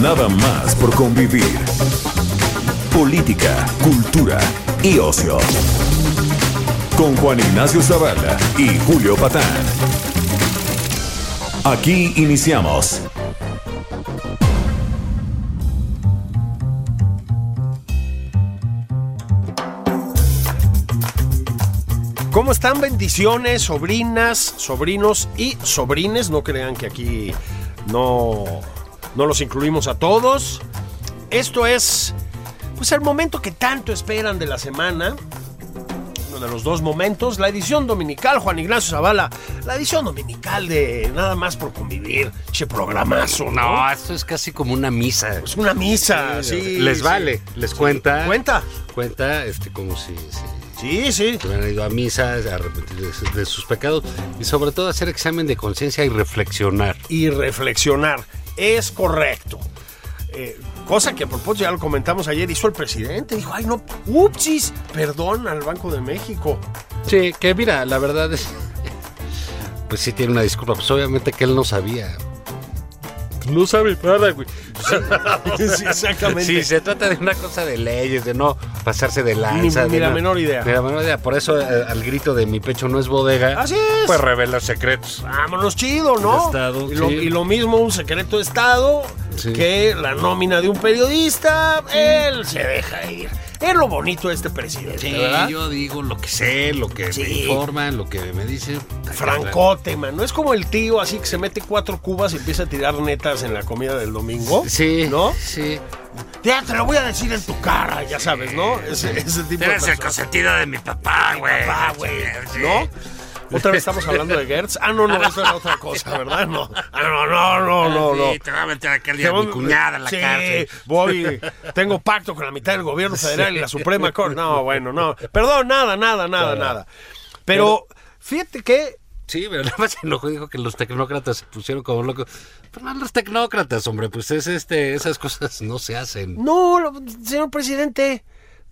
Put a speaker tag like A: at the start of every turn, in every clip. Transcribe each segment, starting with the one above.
A: Nada más por convivir. Política, cultura y ocio. Con Juan Ignacio Zavala y Julio Patán. Aquí iniciamos.
B: ¿Cómo están? Bendiciones, sobrinas, sobrinos y sobrines. No crean que aquí no, no los incluimos a todos. Esto es pues el momento que tanto esperan de la semana. Uno de los dos momentos, la edición dominical, Juan Ignacio Zavala, la edición dominical de Nada más por convivir, che programazo, ¿no?
C: No, esto es casi como una misa.
B: Es una misa, sí.
C: Pues, les
B: sí.
C: vale, les cuenta.
B: Cuenta.
C: Cuenta, este, como si, si
B: Sí, sí.
C: hubieran ido a misa, a arrepentir de, su- de sus pecados y sobre todo hacer examen de conciencia y reflexionar.
B: y reflexionar. Es correcto. Eh, cosa que a propósito ya lo comentamos ayer, hizo el presidente. Dijo, ay no, upsis, perdón al Banco de México.
C: Sí, que mira, la verdad es. Pues sí, tiene una disculpa. Pues obviamente que él no sabía. No sabe nada, güey.
B: Sí, exactamente.
C: Sí, se trata de una cosa de leyes, de no pasarse de lanza.
B: Ni-
C: de
B: ni la
C: no-
B: menor idea.
C: Ni la menor idea. Por eso, eh, al grito de mi pecho no es bodega,
B: Así es.
C: pues revela secretos.
B: Vámonos chido, ¿no?
C: De Estado,
B: y, lo,
C: sí.
B: y lo mismo un secreto de Estado
C: Sí.
B: que la nómina de un periodista. Él se deja ir. Es lo bonito de este presidente,
C: Sí,
B: ¿verdad?
C: yo digo lo que sé, lo que
B: Sí.
C: me informan, lo que me dicen.
B: Francote, man. No es como el tío así que se mete cuatro cubas y empieza a tirar netas en la comida del domingo.
C: Sí,
B: ¿No?
C: Sí.
B: Ya te lo voy a decir en tu cara, ya sabes, ¿no? Ese, ese tipo de
C: Eres el
B: personas.
C: consentido de mi papá, güey.
B: Ah, güey, ¿no? Otra vez estamos hablando de Gertz. Ah, no, no, eso era otra cosa, ¿verdad? No. Ah, no, no, no, no, no.
C: Sí, te va a meter aquel día mi cuñada en la
B: Sí,
C: cárcel.
B: voy, tengo pacto con la mitad del gobierno federal y la Suprema Corte. No, bueno, no. Perdón, nada, nada, nada, nada. Pero fíjate que
C: Sí, pero nada más se enojó dijo que los tecnócratas se pusieron como locos. Pero no los tecnócratas, hombre, pues es este, esas cosas no se hacen.
B: No, lo- señor presidente,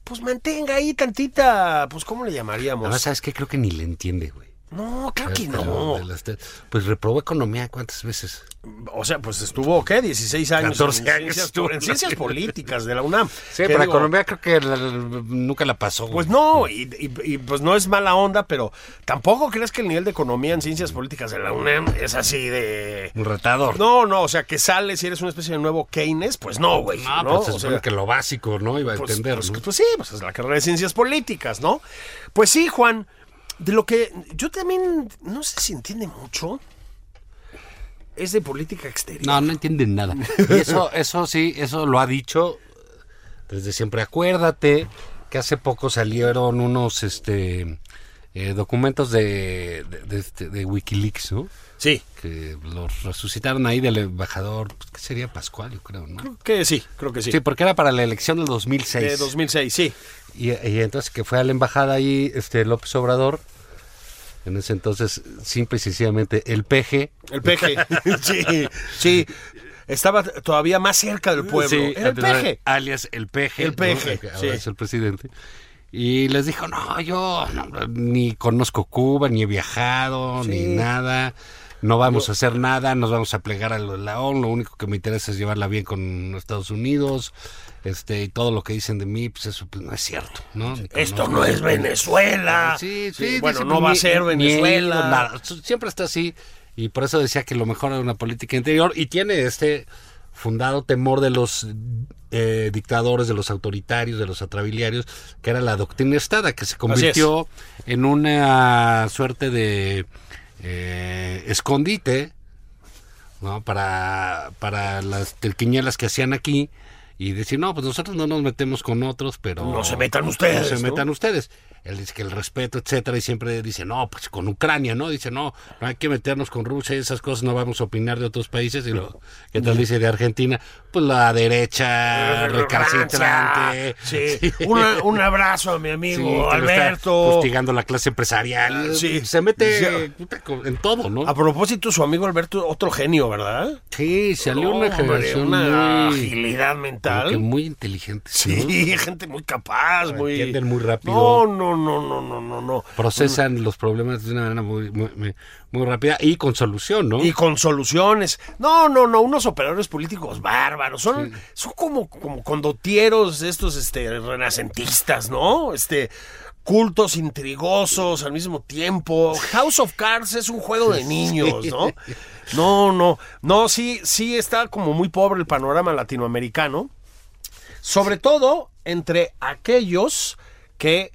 B: pues mantenga ahí tantita, pues ¿cómo le llamaríamos?
C: Además, ¿sabes qué? Creo que ni le entiende, güey.
B: no, claro que
C: De la-
B: no.
C: de las te- Pues reprobó economía cuántas veces.
B: O sea, pues estuvo, ¿qué? 16 años.
C: 14
B: en
C: años
B: ciencias,
C: estuvo.
B: en ciencias políticas de la UNAM.
C: Sí,
B: Que
C: pero
B: digo,
C: economía creo que la- nunca la pasó. güey.
B: Pues no, y, y- y, pues no es mala onda, pero tampoco crees que el nivel de economía en ciencias políticas de la UNAM es así de...
C: Un retador.
B: No, no, o sea, que sales y eres una especie de nuevo Keynes, pues no, güey.
C: No,
B: ¿no?
C: pues se
B: O sea,
C: supone que lo básico, ¿no? Iba a
B: pues,
C: entender,
B: pues,
C: ¿no?
B: pues sí, pues es la carrera de ciencias políticas, ¿no? Pues sí, Juan, de lo que yo también no sé si entiende mucho es de política exterior.
C: No, no entienden nada. Y eso, eso sí, eso lo ha dicho desde siempre. Acuérdate que hace poco salieron unos este eh, documentos de, de- de este- de Wikileaks, ¿no?
B: Sí,
C: Que los resucitaron ahí del embajador, pues, ¿qué sería Pascual, yo creo, ¿no?
B: creo que sí, creo que sí. pues.
C: Sí, porque era para la elección del 2006.
B: de 2006, sí.
C: Y, y entonces que fue a la embajada ahí este López Obrador. En ese entonces, simple y sencillamente, el PG.
B: El peje. sí, sí. Estaba t- todavía más cerca del pueblo.
C: Sí,
B: Era el
C: antes era
B: peje.
C: Alias el peje.
B: El
C: ¿no?
B: peje,
C: Que ahora
B: sí.
C: es el presidente. Y les dijo, no, yo no, ni conozco Cuba, ni he viajado, ni nada. No vamos a hacer nada, nos vamos a plegar a lo de la ONU. Lo único que me interesa es llevarla bien con Estados Unidos. Este, y todo lo que dicen de mí, pues eso pues, no es cierto, ¿no? Ni
B: Esto
C: conozco-
B: no es Venezuela.
C: Sí, sí,
B: bueno,
C: dice,
B: no
C: pues,
B: va a
C: ni-
B: ser
C: ni he ido,
B: Venezuela.
C: nada. Su- Siempre está así. Y por eso decía que lo mejor era una política interior. Y tiene este fundado temor de los eh, dictadores, de los autoritarios, de los atrabiliarios, que era la doctrina estada, que se convirtió en una suerte de eh, escondite ¿no? para, para las telquiñelas que hacían aquí. Y decir, no, pues nosotros no nos metemos con otros, pero...
B: No se metan ustedes,
C: No se
B: ¿no?
C: metan ustedes. Él dice que el respeto, etcétera, y siempre dice, no, pues con Ucrania, ¿no? Dice, no, no hay que meternos con Rusia y esas cosas, no vamos a opinar de otros países. Y lo que tal dice de Argentina, pues la derecha recalcitrante.
B: Eh, Sí. Una- un abrazo a mi amigo
C: sí, que lo está
B: Alberto.
C: Fustigando la clase empresarial.
B: Sí.
C: Se mete
B: Sí. Ah,
C: eh, puta, con- en todo, ¿no?
B: A propósito, su amigo Alberto, otro genio, ¿verdad?
C: Sí, salió una
B: Hombre,
C: generación
B: una
C: muy,
B: agilidad
C: como que
B: mental.
C: muy inteligente. ¿no?
B: Sí, gente muy capaz, muy...
C: Entienden muy rápido.
B: No, no, no, no, no, no, no, no.
C: Procesan los problemas de una manera muy, muy, muy rápida y con solución, ¿no?
B: Y con soluciones. No, no, no, unos operadores políticos bárbaros. Son, sí. son como, como condotieros estos este, renacentistas, ¿no? Este, cultos intrigosos al mismo tiempo. House of Cards es un juego de niños, ¿no? No, no, no, sí, sí está como muy pobre el panorama latinoamericano, sobre todo entre aquellos que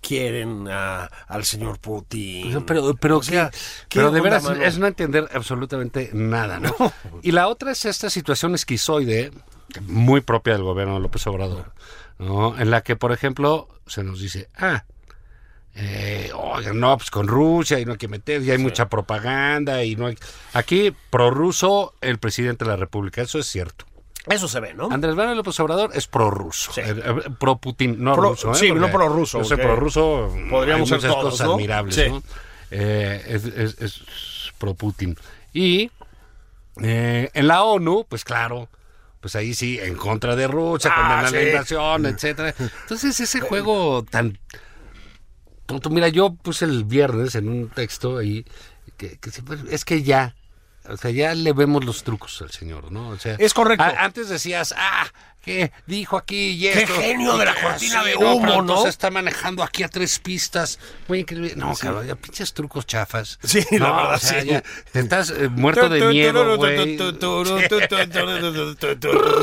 B: quieren a, al señor Putin.
C: No, Pues, pero, pero, o sea, pero de veras mano? es no entender absolutamente nada, ¿no? ¿no? Y la otra es esta situación esquizoide, muy propia del gobierno de López Obrador, ¿no? En la que, por ejemplo, se nos dice, ah, eh, oigan, no, pues con Rusia y no hay que meter, y hay sí. mucha propaganda y no hay... Aquí, prorruso el presidente de la República, eso es cierto.
B: Eso se ve, ¿no?
C: Andrés Manuel López Obrador es prorruso, sí. eh, pro-Putin, no
B: pro,
C: ruso.
B: ¿eh? Sí, Porque no prorruso.
C: Okay. prorruso
B: podríamos hay muchas todos,
C: cosas
B: ¿no?
C: admirables, sí. ¿no? Eh, es, es, es pro-Putin. Y en la ONU, pues claro, pues ahí sí, en contra de Rusia, ah, condenar sí. la invasión, etcétera. Entonces,
B: Eh,
C: ese juego tan tonto. Mira, yo puse el viernes en un texto ahí que, que pues, es que ya. O sea, ya le vemos los trucos al señor, ¿no? O sea,
B: es correcto.
C: A, antes decías, ah, que dijo aquí y esto.
B: ¡Qué genio de la cortina de humo, ¿no? ¿no?
C: Se está manejando aquí a tres pistas. Muy increíble. No, sí. cabrón, ya pinches trucos chafas.
B: Sí,
C: no,
B: la verdad, o sea, sí. Ya
C: estás eh, muerto de miedo, güey.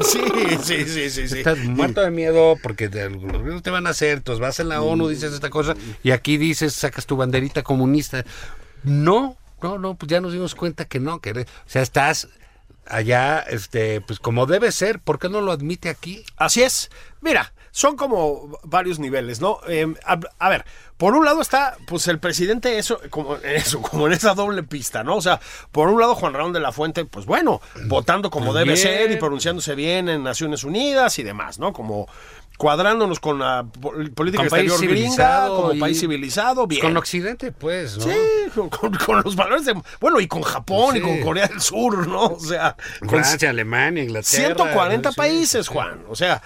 B: sí, sí, sí, sí, sí.
C: Estás muerto de miedo porque te, los gobiernos te van a hacer. Entonces vas en la
B: Mm.
C: ONU, dices esta cosa, y aquí dices, sacas tu banderita comunista. No, no, no, pues ya nos dimos cuenta que no. Que, o sea, estás allá, este, pues como debe ser, ¿por qué no lo admite aquí?
B: Así es. Mira, son como varios niveles, ¿no? Eh, a, a, ver, por un lado está, pues el presidente eso, como eso, como en esa doble pista, ¿no? O sea, por un lado Juan Ramón de la Fuente, pues bueno, votando como
C: Pues
B: bien. debe ser y pronunciándose bien en Naciones Unidas y demás, ¿no? Como cuadrándonos con la política
C: como
B: exterior gringa, como
C: y...
B: país civilizado, bien.
C: Pues Con Occidente, pues, ¿no?
B: Sí, con, con los valores de... Bueno, y con Japón sí. y con Corea del Sur, ¿no? O sea...
C: Francia, con... Alemania, Inglaterra...
B: 140 sí, países, Juan. O sea,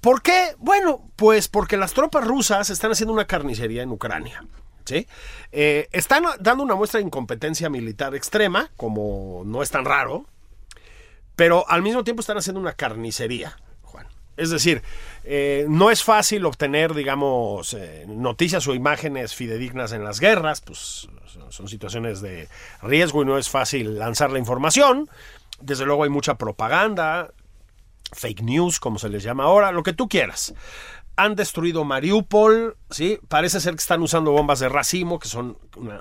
B: ¿por qué? Bueno, pues porque las tropas rusas están haciendo una carnicería en Ucrania. ¿Sí? Eh, están dando una muestra de incompetencia militar extrema, como no es tan raro, pero al mismo tiempo están haciendo una carnicería. Es decir, eh, no es fácil obtener, digamos, eh, noticias o imágenes fidedignas en las guerras, pues son situaciones de riesgo y no es fácil lanzar la información. Desde luego hay mucha propaganda, fake news, como se les llama ahora, lo que tú quieras. Han destruido Mariupol, ¿sí? Parece ser que están usando bombas de racimo, que son una,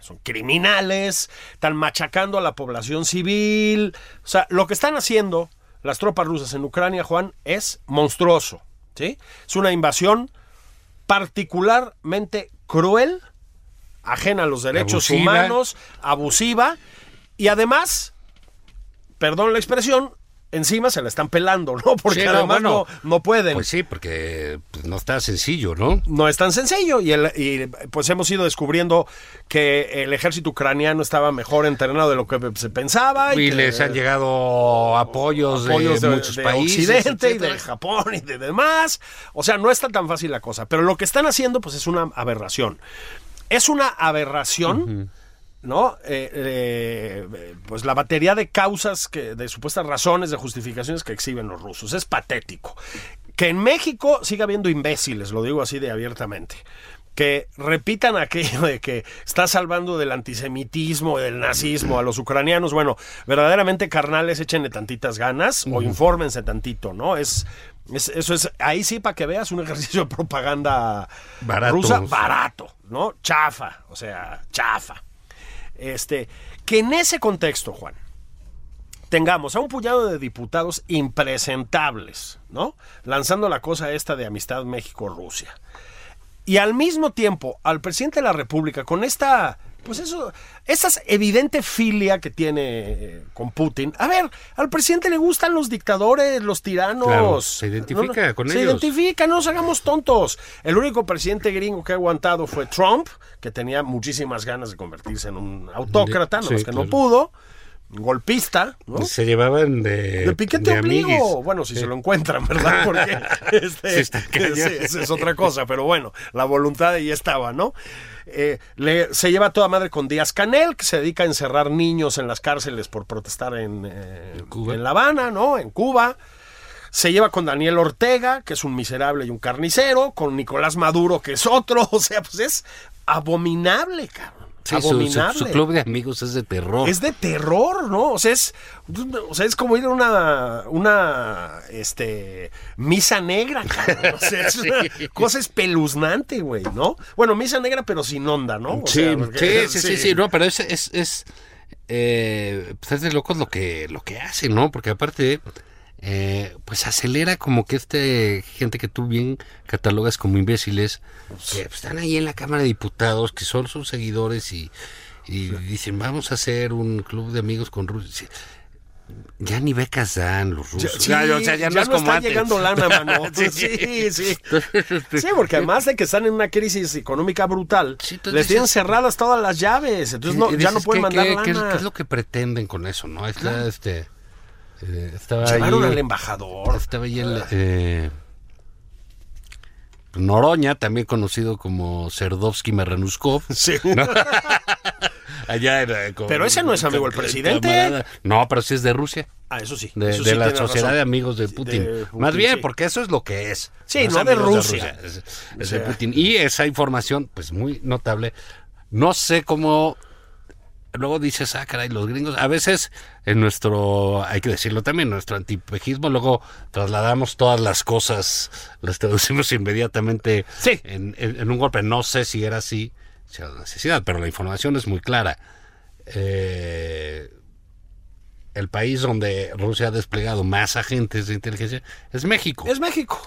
B: son criminales, están machacando a la población civil. O sea, lo que están haciendo las tropas rusas en Ucrania, Juan, es monstruoso. ¿sí? Es una invasión particularmente cruel, ajena a los derechos abusiva. humanos, abusiva, y además, perdón la expresión, encima se la están pelando, ¿no? Porque sí, además no, bueno, no, no, pueden.
C: Pues sí, porque pues, no está sencillo, ¿no?
B: No es tan sencillo. Y, el, y, pues hemos ido descubriendo que el ejército ucraniano estaba mejor entrenado de lo que se pensaba.
C: Y,
B: que,
C: les han llegado apoyos, apoyos de, de, muchos de países.
B: Occidente etcétera. y de Japón y de demás. O sea, no está tan fácil la cosa. Pero lo que están haciendo, pues es una aberración. Es una aberración. Uh -huh. ¿no? Eh, eh, pues la batería de causas, que, de supuestas razones, de justificaciones que exhiben los rusos. Es patético. Que en México siga habiendo imbéciles, lo digo así de abiertamente. Que repitan aquello de que está salvando del antisemitismo, del nazismo a los ucranianos. Bueno, verdaderamente, carnales, échenle tantitas ganas o infórmense tantito, ¿no? Es, es eso es, ahí sí, para que veas un ejercicio de propaganda
C: barato,
B: rusa barato, ¿no? Chafa, o sea, chafa. Este, que en ese contexto, Juan, tengamos a un puñado de diputados impresentables, ¿no? Lanzando la cosa esta de amistad México-Rusia. Y al mismo tiempo, al presidente de la República, con esta, pues eso, esa evidente filia que tiene eh, con Putin. A ver, al presidente le gustan los dictadores, los tiranos. Claro,
C: se identifica no, no, con
B: se
C: ellos.
B: Se identifica, no nos hagamos tontos. El único presidente gringo que ha aguantado fue Trump, que tenía muchísimas ganas de convertirse en un autócrata, no sí, más que claro. no pudo. golpista, ¿no?
C: Se llevaban de.
B: De piquete
C: eh, de
B: ombligo.
C: amiguis.
B: Bueno, si se lo encuentran, ¿verdad? Porque este,
C: Sí, está cañón.
B: sí, esa es otra cosa, pero bueno, la voluntad ahí estaba, ¿no? Eh, le- se lleva a toda madre con Díaz Canel, que se dedica a encerrar niños en las cárceles por protestar en, eh,
C: Cuba.
B: en La Habana, ¿no? En Cuba. Se lleva con Daniel Ortega, que es un miserable y un carnicero, con Nicolás Maduro, que es otro. O sea, pues es abominable, cabrón.
C: Sí, su- su,
B: abominable.
C: su club de amigos es de terror.
B: Es de terror, ¿no? O sea, es, o sea, es como ir a una, una este, misa negra, cabrón. O sea, es una cosa espeluznante, güey, ¿no? Bueno, misa negra, pero sin onda, ¿no? O
C: Sí,
B: sea, porque-
C: sí, sí, sí, sí, no, pero es, es, es, eh, pues es de locos lo que, lo que hace, ¿no? Porque aparte, eh, pues acelera como que este gente que tú bien catalogas como imbéciles, que pues, están ahí en la Cámara de Diputados, que son sus seguidores y, y dicen, vamos a hacer un club de amigos con Rusia. Ya ni becas dan
B: Ya,
C: los rusos.
B: sí, ya no, está llegando lana, mano. Sí, sí, sí. porque además de que están en una crisis económica brutal,
C: Sí, entonces
B: les tienen
C: dices-
B: cerradas todas las llaves. Entonces no,
C: Y
B: ya no
C: dices,
B: pueden
C: ¿qué-
B: mandar
C: qué-
B: lana.
C: qué es- ¿Qué es lo que pretenden con eso, no? Está, este, eh, estaba
B: Llevaron
C: ahí-
B: al embajador.
C: Estaba ahí el... eh, Noroña, también conocido como Serdovsky Marranuskov.
B: Sí.
C: Allá era como-
B: Pero ese no es amigo del
C: ca- ca-
B: presidente.
C: camarada. No, pero sí es de Rusia.
B: Ah, eso sí.
C: De,
B: eso
C: de
B: sí
C: la
B: tiene
C: Sociedad
B: razón.
C: de Amigos de
B: Sí,
C: Putin.
B: de Putin,
C: Más bien,
B: sí.
C: porque eso es lo que es.
B: Sí,
C: es
B: no de
C: amigos
B: Rusia.
C: Es, es
B: O
C: de
B: sea.
C: Putin. Y esa información, pues muy notable. No sé cómo. Luego dices, ah, caray, los gringos. A veces, en nuestro, hay que decirlo también, nuestro antipejismo, luego trasladamos todas las cosas, las traducimos inmediatamente
B: Sí.
C: en, en- en un golpe. No sé si era así, si era la necesidad, pero la información es muy clara. Eh, el país donde Rusia ha desplegado más agentes de inteligencia es México.
B: Es México.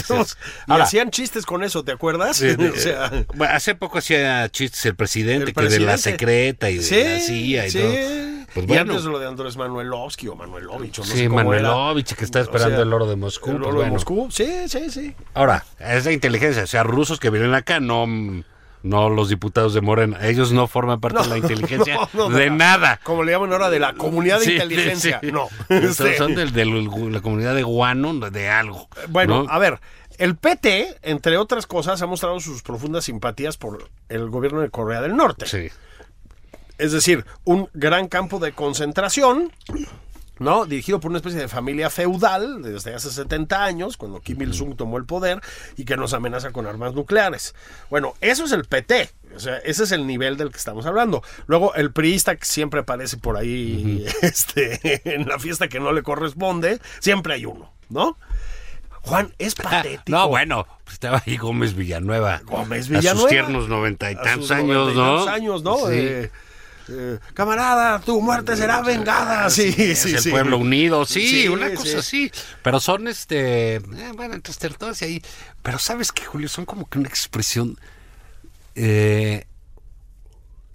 B: Estamos- y
C: ahora-
B: hacían chistes con eso, ¿te acuerdas?
C: Sí, de-
B: o sea,
C: bueno, hace poco hacía chistes el presidente,
B: El
C: que de la
B: presidente.
C: secreta y de
B: sí,
C: la CIA y
B: sí.
C: todo. Pues
B: Y
C: bueno,
B: antes lo de Andrés Manuelovsky o Manuelovich, o no sé
C: sí,
B: cómo era.
C: Manuelovich que está
B: O
C: esperando
B: sea,
C: el oro de Moscú.
B: El
C: pues
B: oro de
C: bueno.
B: Moscú, sí, sí, sí.
C: Ahora, es la inteligencia, o sea, rusos que vienen acá, no, no los diputados de Morena, ellos no forman parte de la inteligencia
B: no, no,
C: de
B: no.
C: nada.
B: Como le llaman ahora de la comunidad de
C: Sí,
B: inteligencia.
C: sí.
B: No.
C: Son-
B: Sí.
C: Son del- de, la comunidad de Guano, de algo.
B: Bueno,
C: ¿no?
B: a ver, el PT, entre otras cosas, ha mostrado sus profundas simpatías por el gobierno de Corea del Norte.
C: Sí.
B: Es decir, un gran campo de concentración, ¿no? Dirigido por una especie de familia feudal desde hace 70 años, cuando Kim Il-sung tomó el poder y que nos amenaza con armas nucleares. Bueno, eso es el PT. O sea, ese es el nivel del que estamos hablando. Luego, el priista que siempre aparece por ahí este, en la fiesta que no le corresponde, siempre hay uno, ¿no? Juan, es patético.
C: No, bueno, pues estaba ahí Gómez Villanueva.
B: Gómez
C: A sus
B: Villanueva.
C: tiernos noventa y
B: A
C: tantos
B: sus noventa
C: años,
B: y
C: ¿no?
B: tantos años, ¿no?
C: Sí.
B: Eh, eh, camarada, tu muerte será vengada. Sí, sí,
C: es
B: sí.
C: el pueblo unido, sí,
B: Sí,
C: una cosa
B: sí.
C: así. Pero son este, eh, bueno, entonces te- todos ahí. Pero sabes que Julio son como que una expresión eh,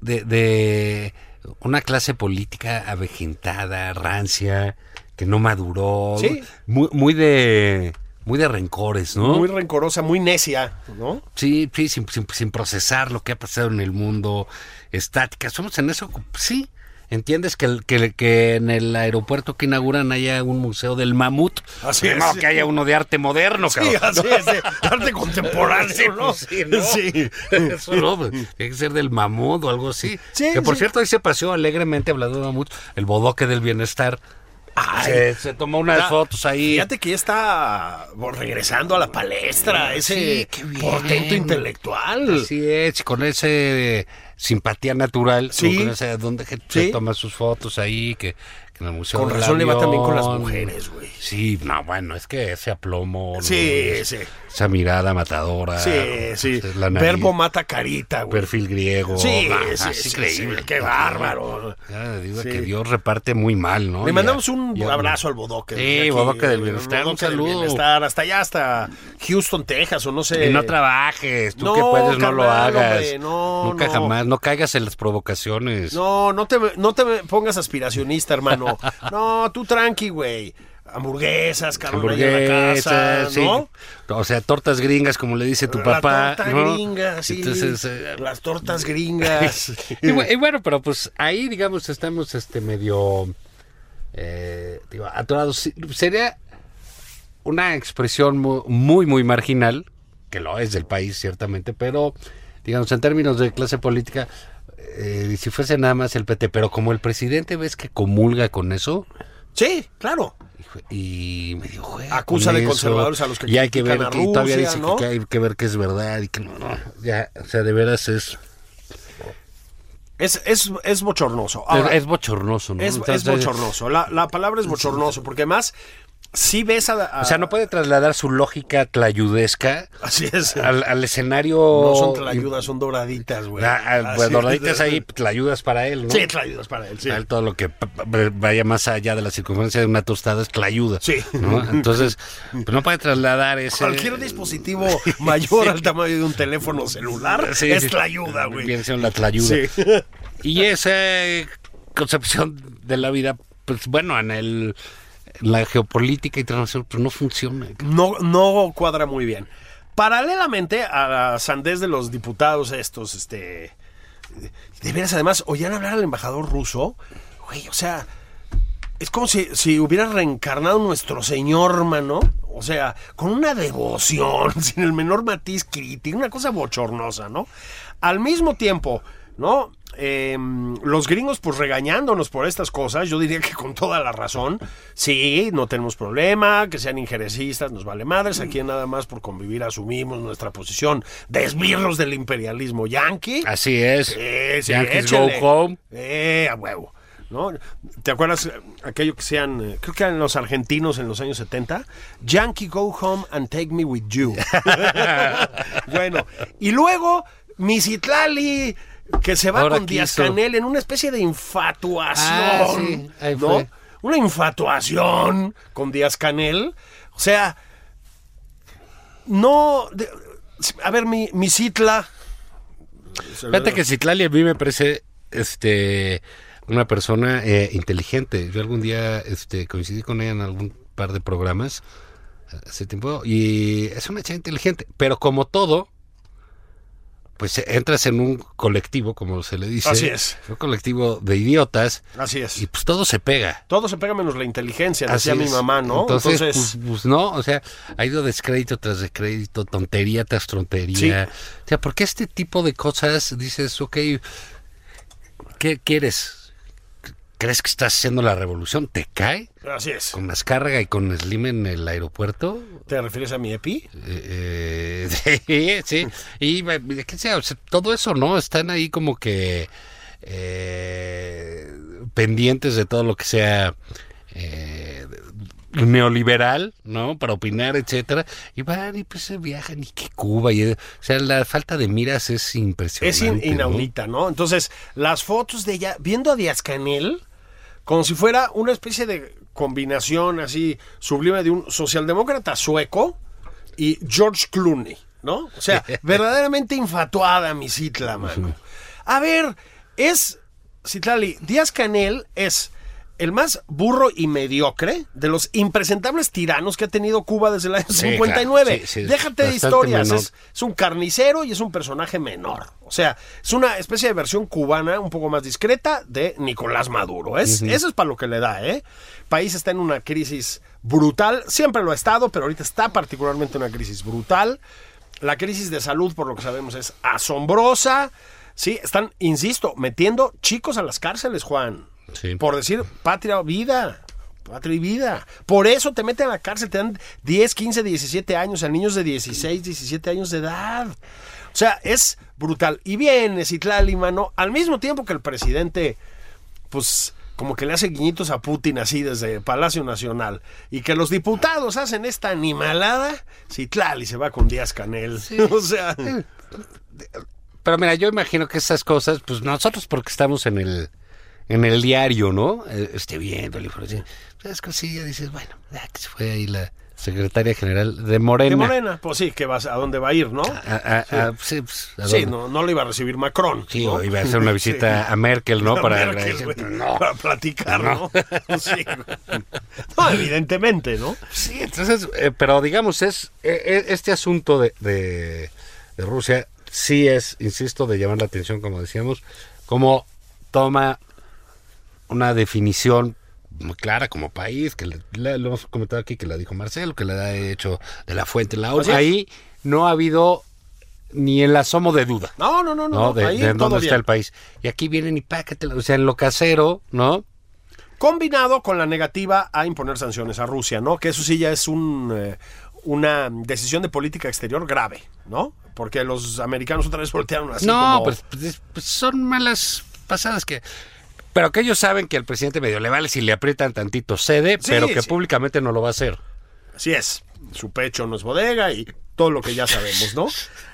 C: de, de una clase política avejentada, rancia, que no maduró,
B: Sí.
C: muy, muy de, muy de rencores, ¿no?
B: Muy rencorosa, muy necia, ¿no?
C: Sí, sí, sin, sin- sin procesar lo que ha pasado en el mundo, estática. Somos en eso, sí. ¿Entiendes que, el- que, que en el aeropuerto que inauguran haya un museo del mamut? Pues,
B: Así
C: No,
B: es.
C: que haya uno de arte moderno,
B: Sí,
C: cabrón. Pues,
B: así es, de arte contemporáneo, ¿no?
C: Sí, ¿no?
B: Sí.
C: Eso no, pues, tiene que ser del mamut o algo así.
B: Sí,
C: que por
B: sí.
C: cierto, ahí se paseó alegremente hablando de mamut, el bodoque del bienestar. se, se tomó unas
B: Ya,
C: fotos ahí.
B: Fíjate que ya está bueno, regresando a la palestra, ese
C: Sí, qué bien.
B: portento intelectual.
C: Así es, con ese eh, simpatía natural,
B: Sí.
C: con ese donde que
B: Sí.
C: se toma sus fotos ahí, que, que en el museo.
B: Con
C: del
B: razón le va también con las
C: avión.
B: mujeres, güey.
C: Sí, no, bueno, es que ese aplomo, ¿no?
B: Sí, sí.
C: esa mirada matadora, pues,
B: Sí, sí.
C: la nariz,
B: Verbo mata carita, güey.
C: perfil griego,
B: Sí,
C: ah,
B: sí,
C: es
B: sí,
C: increíble,
B: sí, qué bárbaro.
C: Ya digo
B: Sí.
C: que Dios reparte muy mal, ¿no?
B: Le
C: Ya-
B: mandamos un
C: ya-
B: abrazo al Bodoque.
C: Sí,
B: desde aquí,
C: Bodoque del
B: eh,
C: Bienestar, un
B: Bodoque del
C: saludo.
B: Bienestar, hasta allá, hasta Houston, Texas, o no sé.
C: Y no trabajes, tú
B: No,
C: que puedes, no lo
B: carnal,
C: hagas.
B: hombre, no,
C: Nunca
B: no.
C: jamás, no caigas en las provocaciones.
B: No, no te, no te pongas aspiracionista, hermano. No, tú tranqui, güey. hamburguesas, carne de la casa,
C: sí.
B: ¿no?
C: O sea, tortas gringas, como le dice tu
B: La
C: papá.
B: torta
C: ¿no?
B: gringa, sí.
C: Entonces, eh,
B: Las tortas gringas.
C: y, bu- y bueno, pero pues ahí, digamos, estamos este medio eh, digo, atorados. Sí, Sería una expresión mu- muy, muy marginal, que lo es del país, ciertamente, pero, digamos, en términos de clase política, eh, si fuese nada más el PT, pero como el presidente ves que comulga con eso,
B: sí, claro.
C: Hijo- Y medio juega.
B: Acusa
C: con
B: de
C: eso,
B: conservadores a los que
C: Y hay que ver,
B: critican a
C: que todavía
B: Rusia,
C: dice que-
B: ¿no?
C: que hay que ver que es verdad y que no, no. Ya, o sea, de veras es.
B: Es, es, es bochornoso. Ahora,
C: es bochornoso, ¿no?
B: es,
C: Entonces,
B: es bochornoso. La, la palabra es bochornoso, porque además, si ves a, a-
C: O sea, no puede trasladar su lógica tlayudesca
B: Así es.
C: al, al escenario.
B: No son tlayudas, son doraditas, güey.
C: Oh, Ah, ah,
B: Así
C: pues,
B: es.
C: Doraditas ahí, tlayudas para él, ¿no?
B: Sí, tlayudas para él, sí.
C: Para él todo lo que p- p- vaya más allá de la circunferencia de una tostada es tlayuda.
B: Sí.
C: ¿no? Entonces, pues, no puede trasladar ese.
B: Cualquier dispositivo mayor al tamaño de un teléfono celular
C: Sí,
B: es
C: sí.
B: tlayuda, güey.
C: Viene siendo la tlayuda.
B: Sí.
C: Y esa eh, concepción de la vida, pues bueno, en el la geopolítica internacional pues no funciona.
B: No, no cuadra muy bien. Paralelamente a la sandez de los diputados estos, este... De veras, además, oían hablar al embajador ruso, güey, o sea... Es como si, si hubiera reencarnado nuestro señor, mano. O sea, con una devoción, sin el menor matiz crítico, una cosa bochornosa, ¿no? Al mismo tiempo, ¿no? Eh, los gringos, pues regañándonos por estas cosas, yo diría que con toda la razón. Sí, no tenemos problema, que sean injerencistas, nos vale madres. Aquí nada más por convivir asumimos nuestra posición de esbirros del imperialismo yanqui.
C: Así es.
B: Sí, sí,
C: Yankees
B: échale.
C: go home.
B: Eh, a huevo. ¿No? ¿Te acuerdas eh, aquello que sean, eh, creo que eran los argentinos en los años 70? Yankee, go home and take me with you. bueno, y luego Misitlali, que se va
C: Ahora
B: con Díaz
C: quiso.
B: Canel en una especie de infatuación.
C: Ah, sí, ahí
B: ¿no?
C: fue.
B: Una infatuación con Díaz Canel. O sea, no. de- a ver, mi, Misitla.
C: Fíjate que Citlali a mí me parece este una persona eh, inteligente. Yo algún día este, coincidí con ella en algún par de programas hace tiempo y es una chica inteligente, pero como todo pues eh, entras en un colectivo, como se le dice.
B: Así es.
C: Un colectivo de idiotas
B: Así es.
C: y pues todo se pega.
B: Todo se pega menos la inteligencia,
C: Así
B: decía mi
C: es.
B: mamá, ¿no?
C: Entonces, Pues, pues no, o sea, ha ido descrédito tras descrédito, tontería tras tontería. O sea, porque este tipo de cosas dices, ok, ¿qué quieres? ¿Crees que estás haciendo la revolución? ¿Te cae?
B: así es.
C: ¿Con Azcárraga y con Slim en el aeropuerto?
B: ¿Te refieres a mi E EPI?
C: Eh, eh, sí, sí. Y eh, qué sea, o sea, todo eso, ¿no? Están ahí como que eh, pendientes de todo lo que sea eh, neoliberal, ¿no? Para opinar, etcétera. Y van y pues se viajan y que Cuba. Y, eh, o sea, la falta de miras es impresionante.
B: Es in-
C: ¿no?
B: inaudita, ¿no? Entonces, las fotos de ella, viendo a Díaz Canel, como si fuera una especie de combinación así sublime de un socialdemócrata sueco y George Clooney, ¿no? O sea, verdaderamente infatuada mi Citla, mano. A ver, es, Citlali, Díaz Canel es el más burro y mediocre de los impresentables tiranos que ha tenido Cuba desde el año
C: claro.
B: 59.
C: Sí, sí,
B: Déjate de
C: bastante
B: historias,
C: menor.
B: es- es un carnicero y es un personaje menor. O sea, es una especie de versión cubana un poco más discreta de Nicolás Maduro. Es, Eso es para lo que le da, ¿eh? País está en una crisis brutal, siempre lo ha estado, pero ahorita está particularmente una crisis brutal. La crisis de salud, por lo que sabemos, es asombrosa. Sí, están, insisto, metiendo chicos a las cárceles, Juan.
C: Sí.
B: Por decir patria o vida. Patria y vida. Por eso te meten a la cárcel, te dan 10, 15, 17 años a niños de 16, 17 años de edad. O sea, es brutal. Y viene Citlali, mano, al mismo tiempo que el presidente, pues, como que le hace guiñitos a Putin así desde Palacio Nacional. Y que los diputados hacen esta animalada, Citlali se va con Díaz Canel. O sea,
C: Pero mira, yo imagino que esas cosas, pues nosotros porque estamos en el en el diario, ¿no? Eh, Este viendo la información. Esas cosillas dices, bueno, ya que se fue ahí la secretaria general de Morena.
B: de Morena, pues sí, que vas a dónde va a ir, ¿no?
C: A- a- a- sí, pues, Ah, ¿a
B: Sí,
C: dónde?
B: no, no le iba a recibir Macron.
C: Sí,
B: ¿no?
C: o iba a hacer una visita a Merkel, ¿no? Para
B: Merkel,
C: agradecer.
B: güey,
C: No.
B: para platicar, ¿no? Sí, güey. No, evidentemente, ¿no?
C: Sí, entonces, eh, pero digamos, es eh, este asunto de, de, de Rusia sí es, insisto, de llamar la atención, como decíamos, como toma una definición muy clara como país, que le- la- lo hemos comentado aquí, que la dijo Marcelo, que la ha hecho de la fuente la
B: Así
C: otra.
B: es.
C: Ahí no ha habido ni el asomo de duda.
B: No, no, no, no.
C: ¿no? De,
B: ahí
C: de
B: todo
C: dónde
B: bien.
C: está el país. Y aquí vienen y páquetela, o sea, en lo casero, ¿no?
B: Combinado con la negativa a imponer sanciones a Rusia, ¿no? Que eso sí ya es un, eh, una decisión de política exterior grave, ¿no? Porque los americanos otra vez voltearon así.
C: no,
B: como-
C: pues, pues, es- pues son malas pasadas que... Pero que ellos saben que al presidente medio le vale si le aprietan tantito sede,
B: Sí,
C: pero que
B: sí.
C: públicamente no lo va a hacer.
B: Así es. Su pecho no es bodega y todo lo que ya sabemos, ¿no? O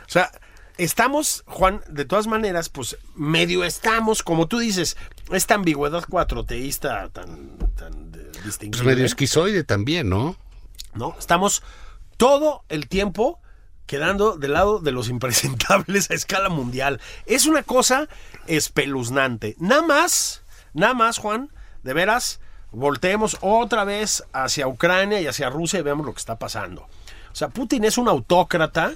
B: sea, estamos, Juan, de todas maneras, pues medio estamos, como tú dices, esta ambigüedad cuatroteísta tan, tan eh, distinguida.
C: Pues medio
B: ¿eh?
C: esquizoide también, ¿no?
B: ¿no? Estamos todo el tiempo quedando del lado de los impresentables a escala mundial. Es una cosa espeluznante. Nada más, nada más, Juan, de veras, volteemos otra vez hacia Ucrania y hacia Rusia y veamos lo que está pasando. O sea, Putin es un autócrata.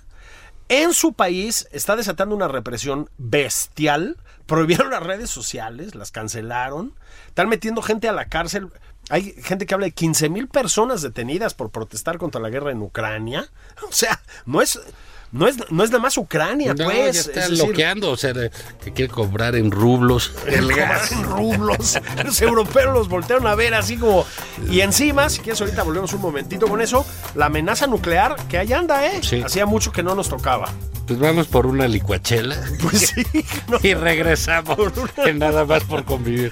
B: En su país está desatando una represión bestial. Prohibieron las redes sociales, las cancelaron. Están metiendo gente a la cárcel. Hay gente que habla de 15 mil personas detenidas por protestar contra la guerra en Ucrania. O sea, no es, no es, no es nada más Ucrania,
C: No,
B: pues.
C: ya está
B: Es decir,
C: bloqueando, o sea, de- que quiere cobrar en rublos el gas.
B: en rublos. Los europeos los voltearon a ver así como. Y encima, si quieres, ahorita volvemos un momentito con eso. La amenaza nuclear que ahí anda, ¿eh?
C: Sí.
B: Hacía mucho que no nos tocaba.
C: Pues vamos por una licuachela
B: Pues sí, no.
C: y regresamos que nada más por convivir.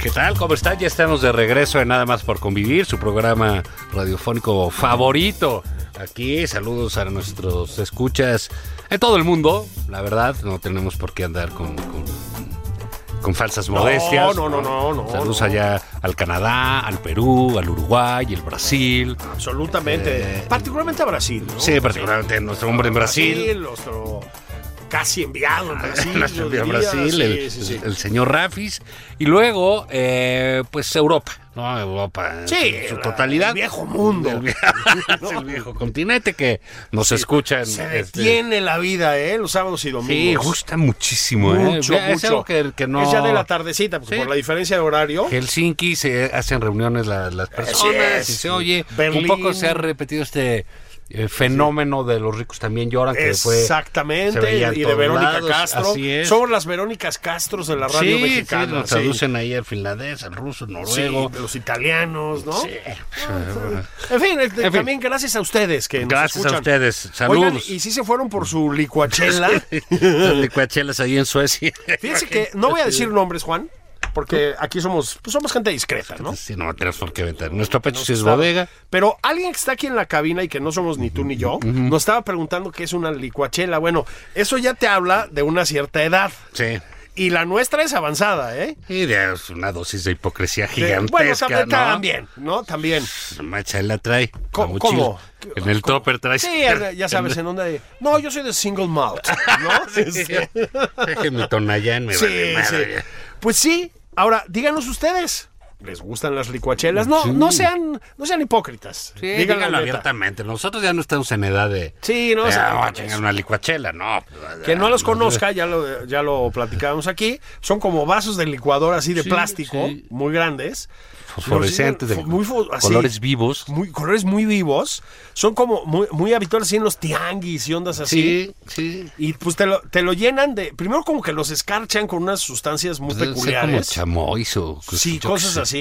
C: ¿Qué tal? ¿Cómo están? Ya estamos de regreso en Nada más por convivir, su programa radiofónico favorito. Aquí saludos a nuestros escuchas en todo el mundo. La verdad, no tenemos por qué andar con, con, con falsas modestias.
B: no, no, no, no,
C: Saludos
B: no.
C: allá al Canadá, al Perú, al Uruguay, el Brasil.
B: Absolutamente. particularmente a Brasil, ¿no?
C: Eh, Sí, particularmente nuestro hombre en Brasil. Ah,
B: nuestro casi enviado en Brasil.
C: Nuestro
B: yo
C: hombre en
B: diría.
C: Brasil,
B: Sí,
C: el,
B: sí, sí.
C: el señor Rafis. Y luego, eh, pues Europa, ¿no? Europa en
B: Sí,
C: su
B: la-
C: totalidad.
B: el viejo mundo.
C: El, vie- el viejo continente que nos escuchan.
B: Se
C: este,
B: detiene la vida, ¿eh? Los sábados y domingos.
C: Sí, gusta muchísimo, ¿eh?
B: Mucho,
C: Es
B: mucho.
C: algo que, que no...
B: Es ya de la tardecita, porque
C: Sí.
B: por la diferencia de horario.
C: Helsinki se hacen reuniones la- las
B: es.
C: personas y se oye.
B: Berlín.
C: Un poco se ha repetido este eh, fenómeno de los ricos también lloran que fue se
B: Exactamente.
C: veía en
B: Y de
C: todos
B: Verónica
C: lados,
B: Castro.
C: así es.
B: Somos las Verónicas Castros de la radio
C: sí,
B: mexicana.
C: sí, nos
B: sí.
C: traducen ahí al finlandés, al ruso, al
B: Sí,
C: noruego.
B: de los italianos, ¿no?
C: Sí.
B: En fin, este,
C: En fin.
B: también gracias a ustedes que nos
C: Gracias a
B: escuchan.
C: ustedes.
B: Oigan,
C: Saludos.
B: y si se fueron por su licuachela.
C: Las licuachelas ahí en Suecia.
B: Fíjense que no voy a decir nombres, Juan, porque aquí somos, pues somos gente discreta, ¿no?
C: Sí, no tenemos por qué vender. Nuestro pecho sí es
B: Sabe.
C: bodega.
B: Pero alguien que está aquí en la cabina y que no somos ni tú ni yo, nos estaba preguntando qué es una licuachela. Bueno, eso ya te habla de una cierta edad.
C: Sí.
B: Y la nuestra es avanzada, ¿eh?
C: Y de- es una dosis de hipocresía
B: De-
C: gigantesca.
B: bueno, también,
C: ¿no? Pues,
B: también, ¿no? También.
C: Macha, él la trae. la
B: Co-
C: mochila.
B: ¿cómo?
C: En el topper trae.
B: Sí, ya ya sabes, en onda de... No, yo soy de single malt, ¿no? Este,
C: Deje mi tonallán, me
B: Sí,
C: vale madre.
B: sí. Pues sí. Ahora, díganos ustedes. ¿Les gustan las licuachelas? No, no sean, no sean hipócritas.
C: Sí,
B: Digan la
C: díganlo
B: neta.
C: abiertamente. Nosotros ya no estamos en edad de.
B: Sí, no,
C: de,
B: o sea,
C: "Ah,
B: no,
C: voy a chingar una licuachela, no.
B: Que no los conozca, ya lo, ya lo platicábamos aquí. Son como vasos de licuador así de
C: Sí,
B: plástico,
C: sí.
B: muy grandes.
C: Fosforescentes,
B: Los-
C: de
B: muy fo- así.
C: colores vivos.
B: Muy, colores muy vivos. Son como muy, muy habituales así en los tianguis y ondas así.
C: sí.
B: Y pues te lo, te lo llenan de. Primero, como que los escarchan con unas sustancias muy
C: Pues Debe ser como
B: peculiares.
C: chamois o
B: Sí,
C: Pues, yo qué
B: cosas
C: sé.
B: así.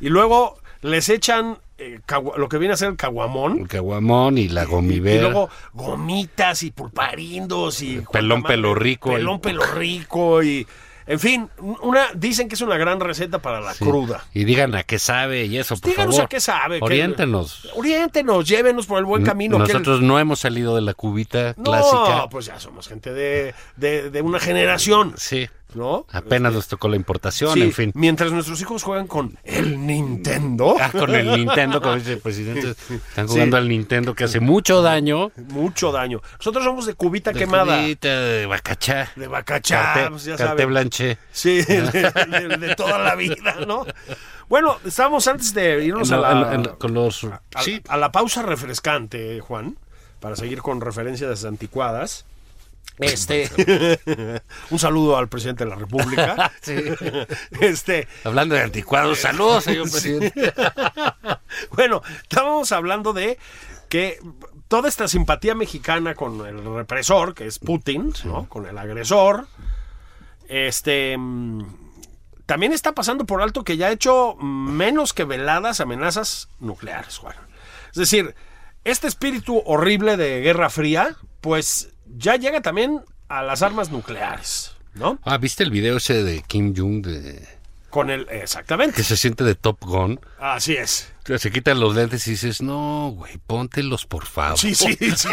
B: y luego les echan eh, cagua- lo que viene a ser el caguamón.
C: El caguamón y la
B: Y
C: gomivera.
B: luego gomitas y pulparindos y
C: Pelón pelorrico.
B: pelón pelorrico y en fin, una dicen que es una gran receta para la
C: Sí.
B: cruda.
C: Y digan a qué sabe y eso, por
B: Díganos
C: favor.
B: a qué sabe. que-
C: Oriéntenos.
B: oriéntenos, llévenos por el buen camino. que el-
C: Nosotros no hemos salido de la cubita
B: No,
C: clásica.
B: pues ya somos gente de, de- de una generación,
C: Sí.
B: ¿no?
C: Apenas nos tocó la importación,
B: Sí,
C: en fin.
B: Mientras nuestros hijos juegan con el Nintendo,
C: Ah, con el Nintendo, como dice el presidente, están jugando al Nintendo que hace mucho daño.
B: mucho daño. Nosotros somos de cubita
C: De
B: quemada,
C: cubita, de bacachá.
B: de bacachá,
C: Carte,
B: pues ya
C: Carte
B: saben.
C: Blanche.
B: Sí, de, de- de toda la vida, ¿no? Bueno, estábamos antes de irnos a
C: En-
B: la,
C: en- en- con los...
B: a-
C: sí,
B: a la pausa refrescante, Juan, para seguir con referencias anticuadas. Este, un saludo al presidente de la República.
C: Sí.
B: Este,
C: hablando de anticuados. Saludos, señor presidente.
B: bueno, estábamos hablando de que toda esta simpatía mexicana con el represor, que es Putin, ¿no? Con el agresor. Este. mm, También está pasando por alto que ya ha hecho menos que veladas amenazas nucleares, Juan. Es decir, este espíritu horrible de Guerra Fría, pues ya llega también a las armas nucleares, ¿no?
C: Ah, ¿viste el video ese de Kim Jong de...
B: Con el.
C: que
B: Exactamente.
C: se siente de Top Gun?
B: Así es.
C: Se quitan los lentes y dices, no, güey, póntelos, por favor.
B: Sí, sí, sí, sí,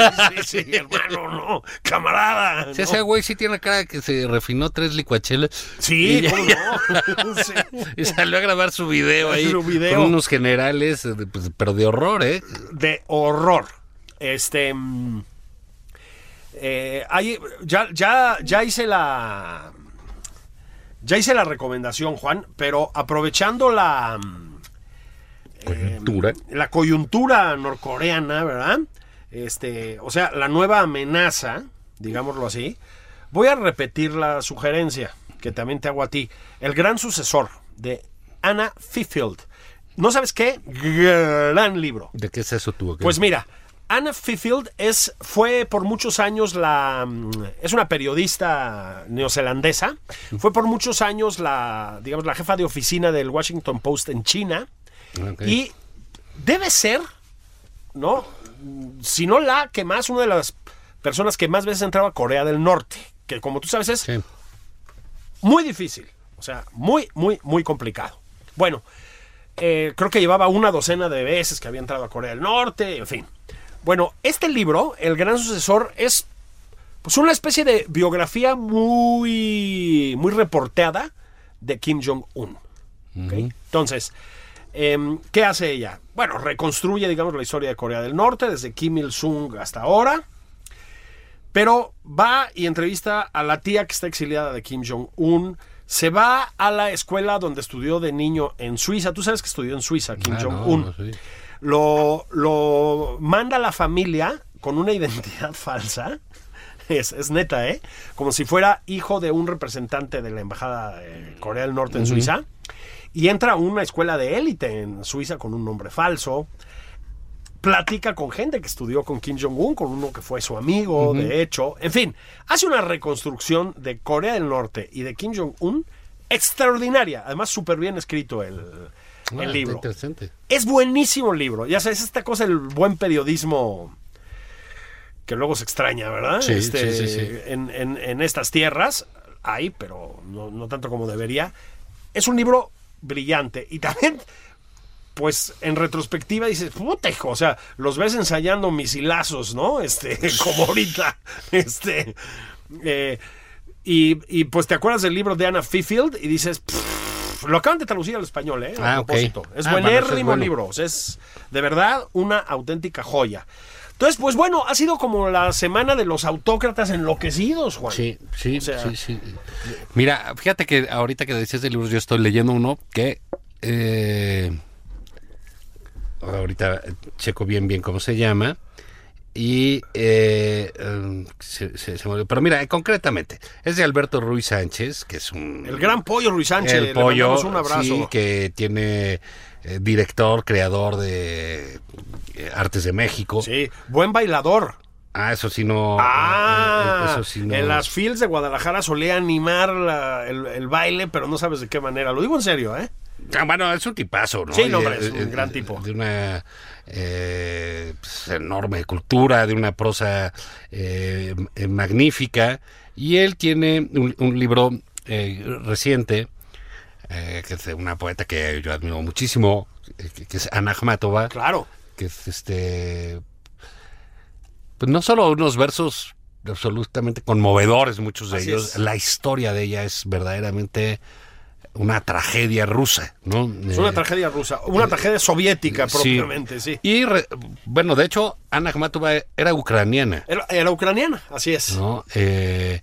B: sí, hermano, no, camarada.
C: Sí,
B: ¿no?
C: ese güey sí tiene cara que se refinó tres licuachelas
B: Sí,
C: Y-
B: ¿cómo no? Sí.
C: y salió a grabar su video ahí
B: Su video.
C: con unos generales, eh, de- pues, pero de horror, ¿eh?
B: De horror. Este. mm, eh, ahí, ya, ya, ya hice la. Ya hice la recomendación, Juan, pero aprovechando la. mm,
C: Coyuntura.
B: la coyuntura norcoreana, ¿verdad? Este, o sea, la nueva amenaza, digámoslo así. Voy a repetir la sugerencia que también te hago a ti. El gran sucesor de Anna Fifield. ¿No sabes qué? Gran libro.
C: ¿De qué es eso tuvo que
B: Pues mira, Anna Fifield es, fue por muchos años la. mm, Es una periodista neozelandesa. Fue por muchos años la, digamos, la jefa de oficina del Washington Post en China.
C: Ah,
B: Y debe ser, ¿no? Si no la que más, una de las personas que más veces entraba a Corea del Norte, que como tú sabes es muy difícil, o sea, muy, muy, muy complicado. Bueno, eh, creo que llevaba una docena de veces que había entrado a Corea del Norte, en fin. Bueno, este libro, El Gran Sucesor, es pues una especie de biografía muy, muy reporteada de Kim Jong-un. ¿ok? Entonces, em, ¿qué hace ella? Bueno, reconstruye, digamos, la historia de Corea del Norte, desde Kim Il-sung hasta ahora. Pero va y entrevista a la tía que está exiliada de Kim Jong-un. Se va a la escuela donde estudió de niño en Suiza. Tú sabes que estudió en Suiza Kim
C: Ah, no,
B: Jong-un
C: no, sí.
B: lo, lo manda a la familia con una identidad falsa. Es, es neta, ¿eh? Como si fuera hijo de un representante de la Embajada de Corea del Norte en Suiza. Y entra a una escuela de élite en Suiza con un nombre falso. Platica con gente que estudió con Kim Jong-un, con uno que fue su amigo, de hecho. En fin, hace una reconstrucción de Corea del Norte y de Kim Jong-un extraordinaria. Además, súper bien escrito el,
C: Ah,
B: el
C: está
B: libro.
C: Interesante.
B: Es buenísimo el libro. Ya sabes, esta cosa, el buen periodismo que luego se extraña, ¿verdad? Este,
C: Sí, sí, sí, sí.
B: En, en- en estas tierras hay, pero no, no tanto como debería. Es un libro brillante y también, pues, en retrospectiva dices, puta hijo, o sea, los ves ensayando misilazos, ¿no? Este, como ahorita. Este. eh, y, y, pues te acuerdas del libro de Anna Fifield y dices, "Pff", lo acaban de traducir al español, ¿eh? a
C: Ah, ok.
B: propósito. Es
C: Ah,
B: buenérrimo
C: bueno, eso es bueno.
B: libro. O sea, es de verdad una auténtica joya. Entonces, pues bueno, ha sido como la semana de los autócratas enloquecidos, Juan.
C: Sí, sí,
B: O sea-
C: sí, sí. Mira, fíjate que ahorita que decías de libros, yo estoy leyendo uno que... eh, ahorita checo bien, bien cómo se llama. Y eh, em, se, se- se me olvidó. Pero mira, concretamente, es de Alberto Ruiz Sánchez, que es un...
B: El gran pollo Ruiz Sánchez.
C: El
B: le
C: pollo,
B: mandamos un abrazo.
C: sí, que tiene eh, director, creador de eh, Artes de México.
B: Sí, buen bailador.
C: Ah, eso sí no. eh, eh,
B: ah,
C: eso sí no.
B: en las fields de Guadalajara solía animar la- el, el baile, pero no sabes de qué manera. Lo digo en serio, ¿eh?
C: Ah, bueno, es un tipazo, ¿no?
B: Sí, no, hombre,
C: Y,
B: es un
C: eh,
B: gran tipo.
C: De una eh, pues, enorme cultura, de una prosa eh, eh, magnífica. Y él tiene un, un libro eh, reciente, eh, que es de una poeta que yo admiro muchísimo, eh, que, que es Ana Akhmatova,
B: Claro.
C: que es este. Pues no solo unos versos absolutamente conmovedores, muchos de
B: Así
C: ellos.
B: es.
C: La historia de ella es verdaderamente una tragedia rusa, ¿no?
B: Es una
C: Eh,
B: tragedia rusa, una tragedia soviética
C: sí.
B: propiamente, sí.
C: Y re- bueno, de hecho, Ana Akhmatova era ucraniana,
B: Era, era ucraniana, así es.
C: ¿no? Eh,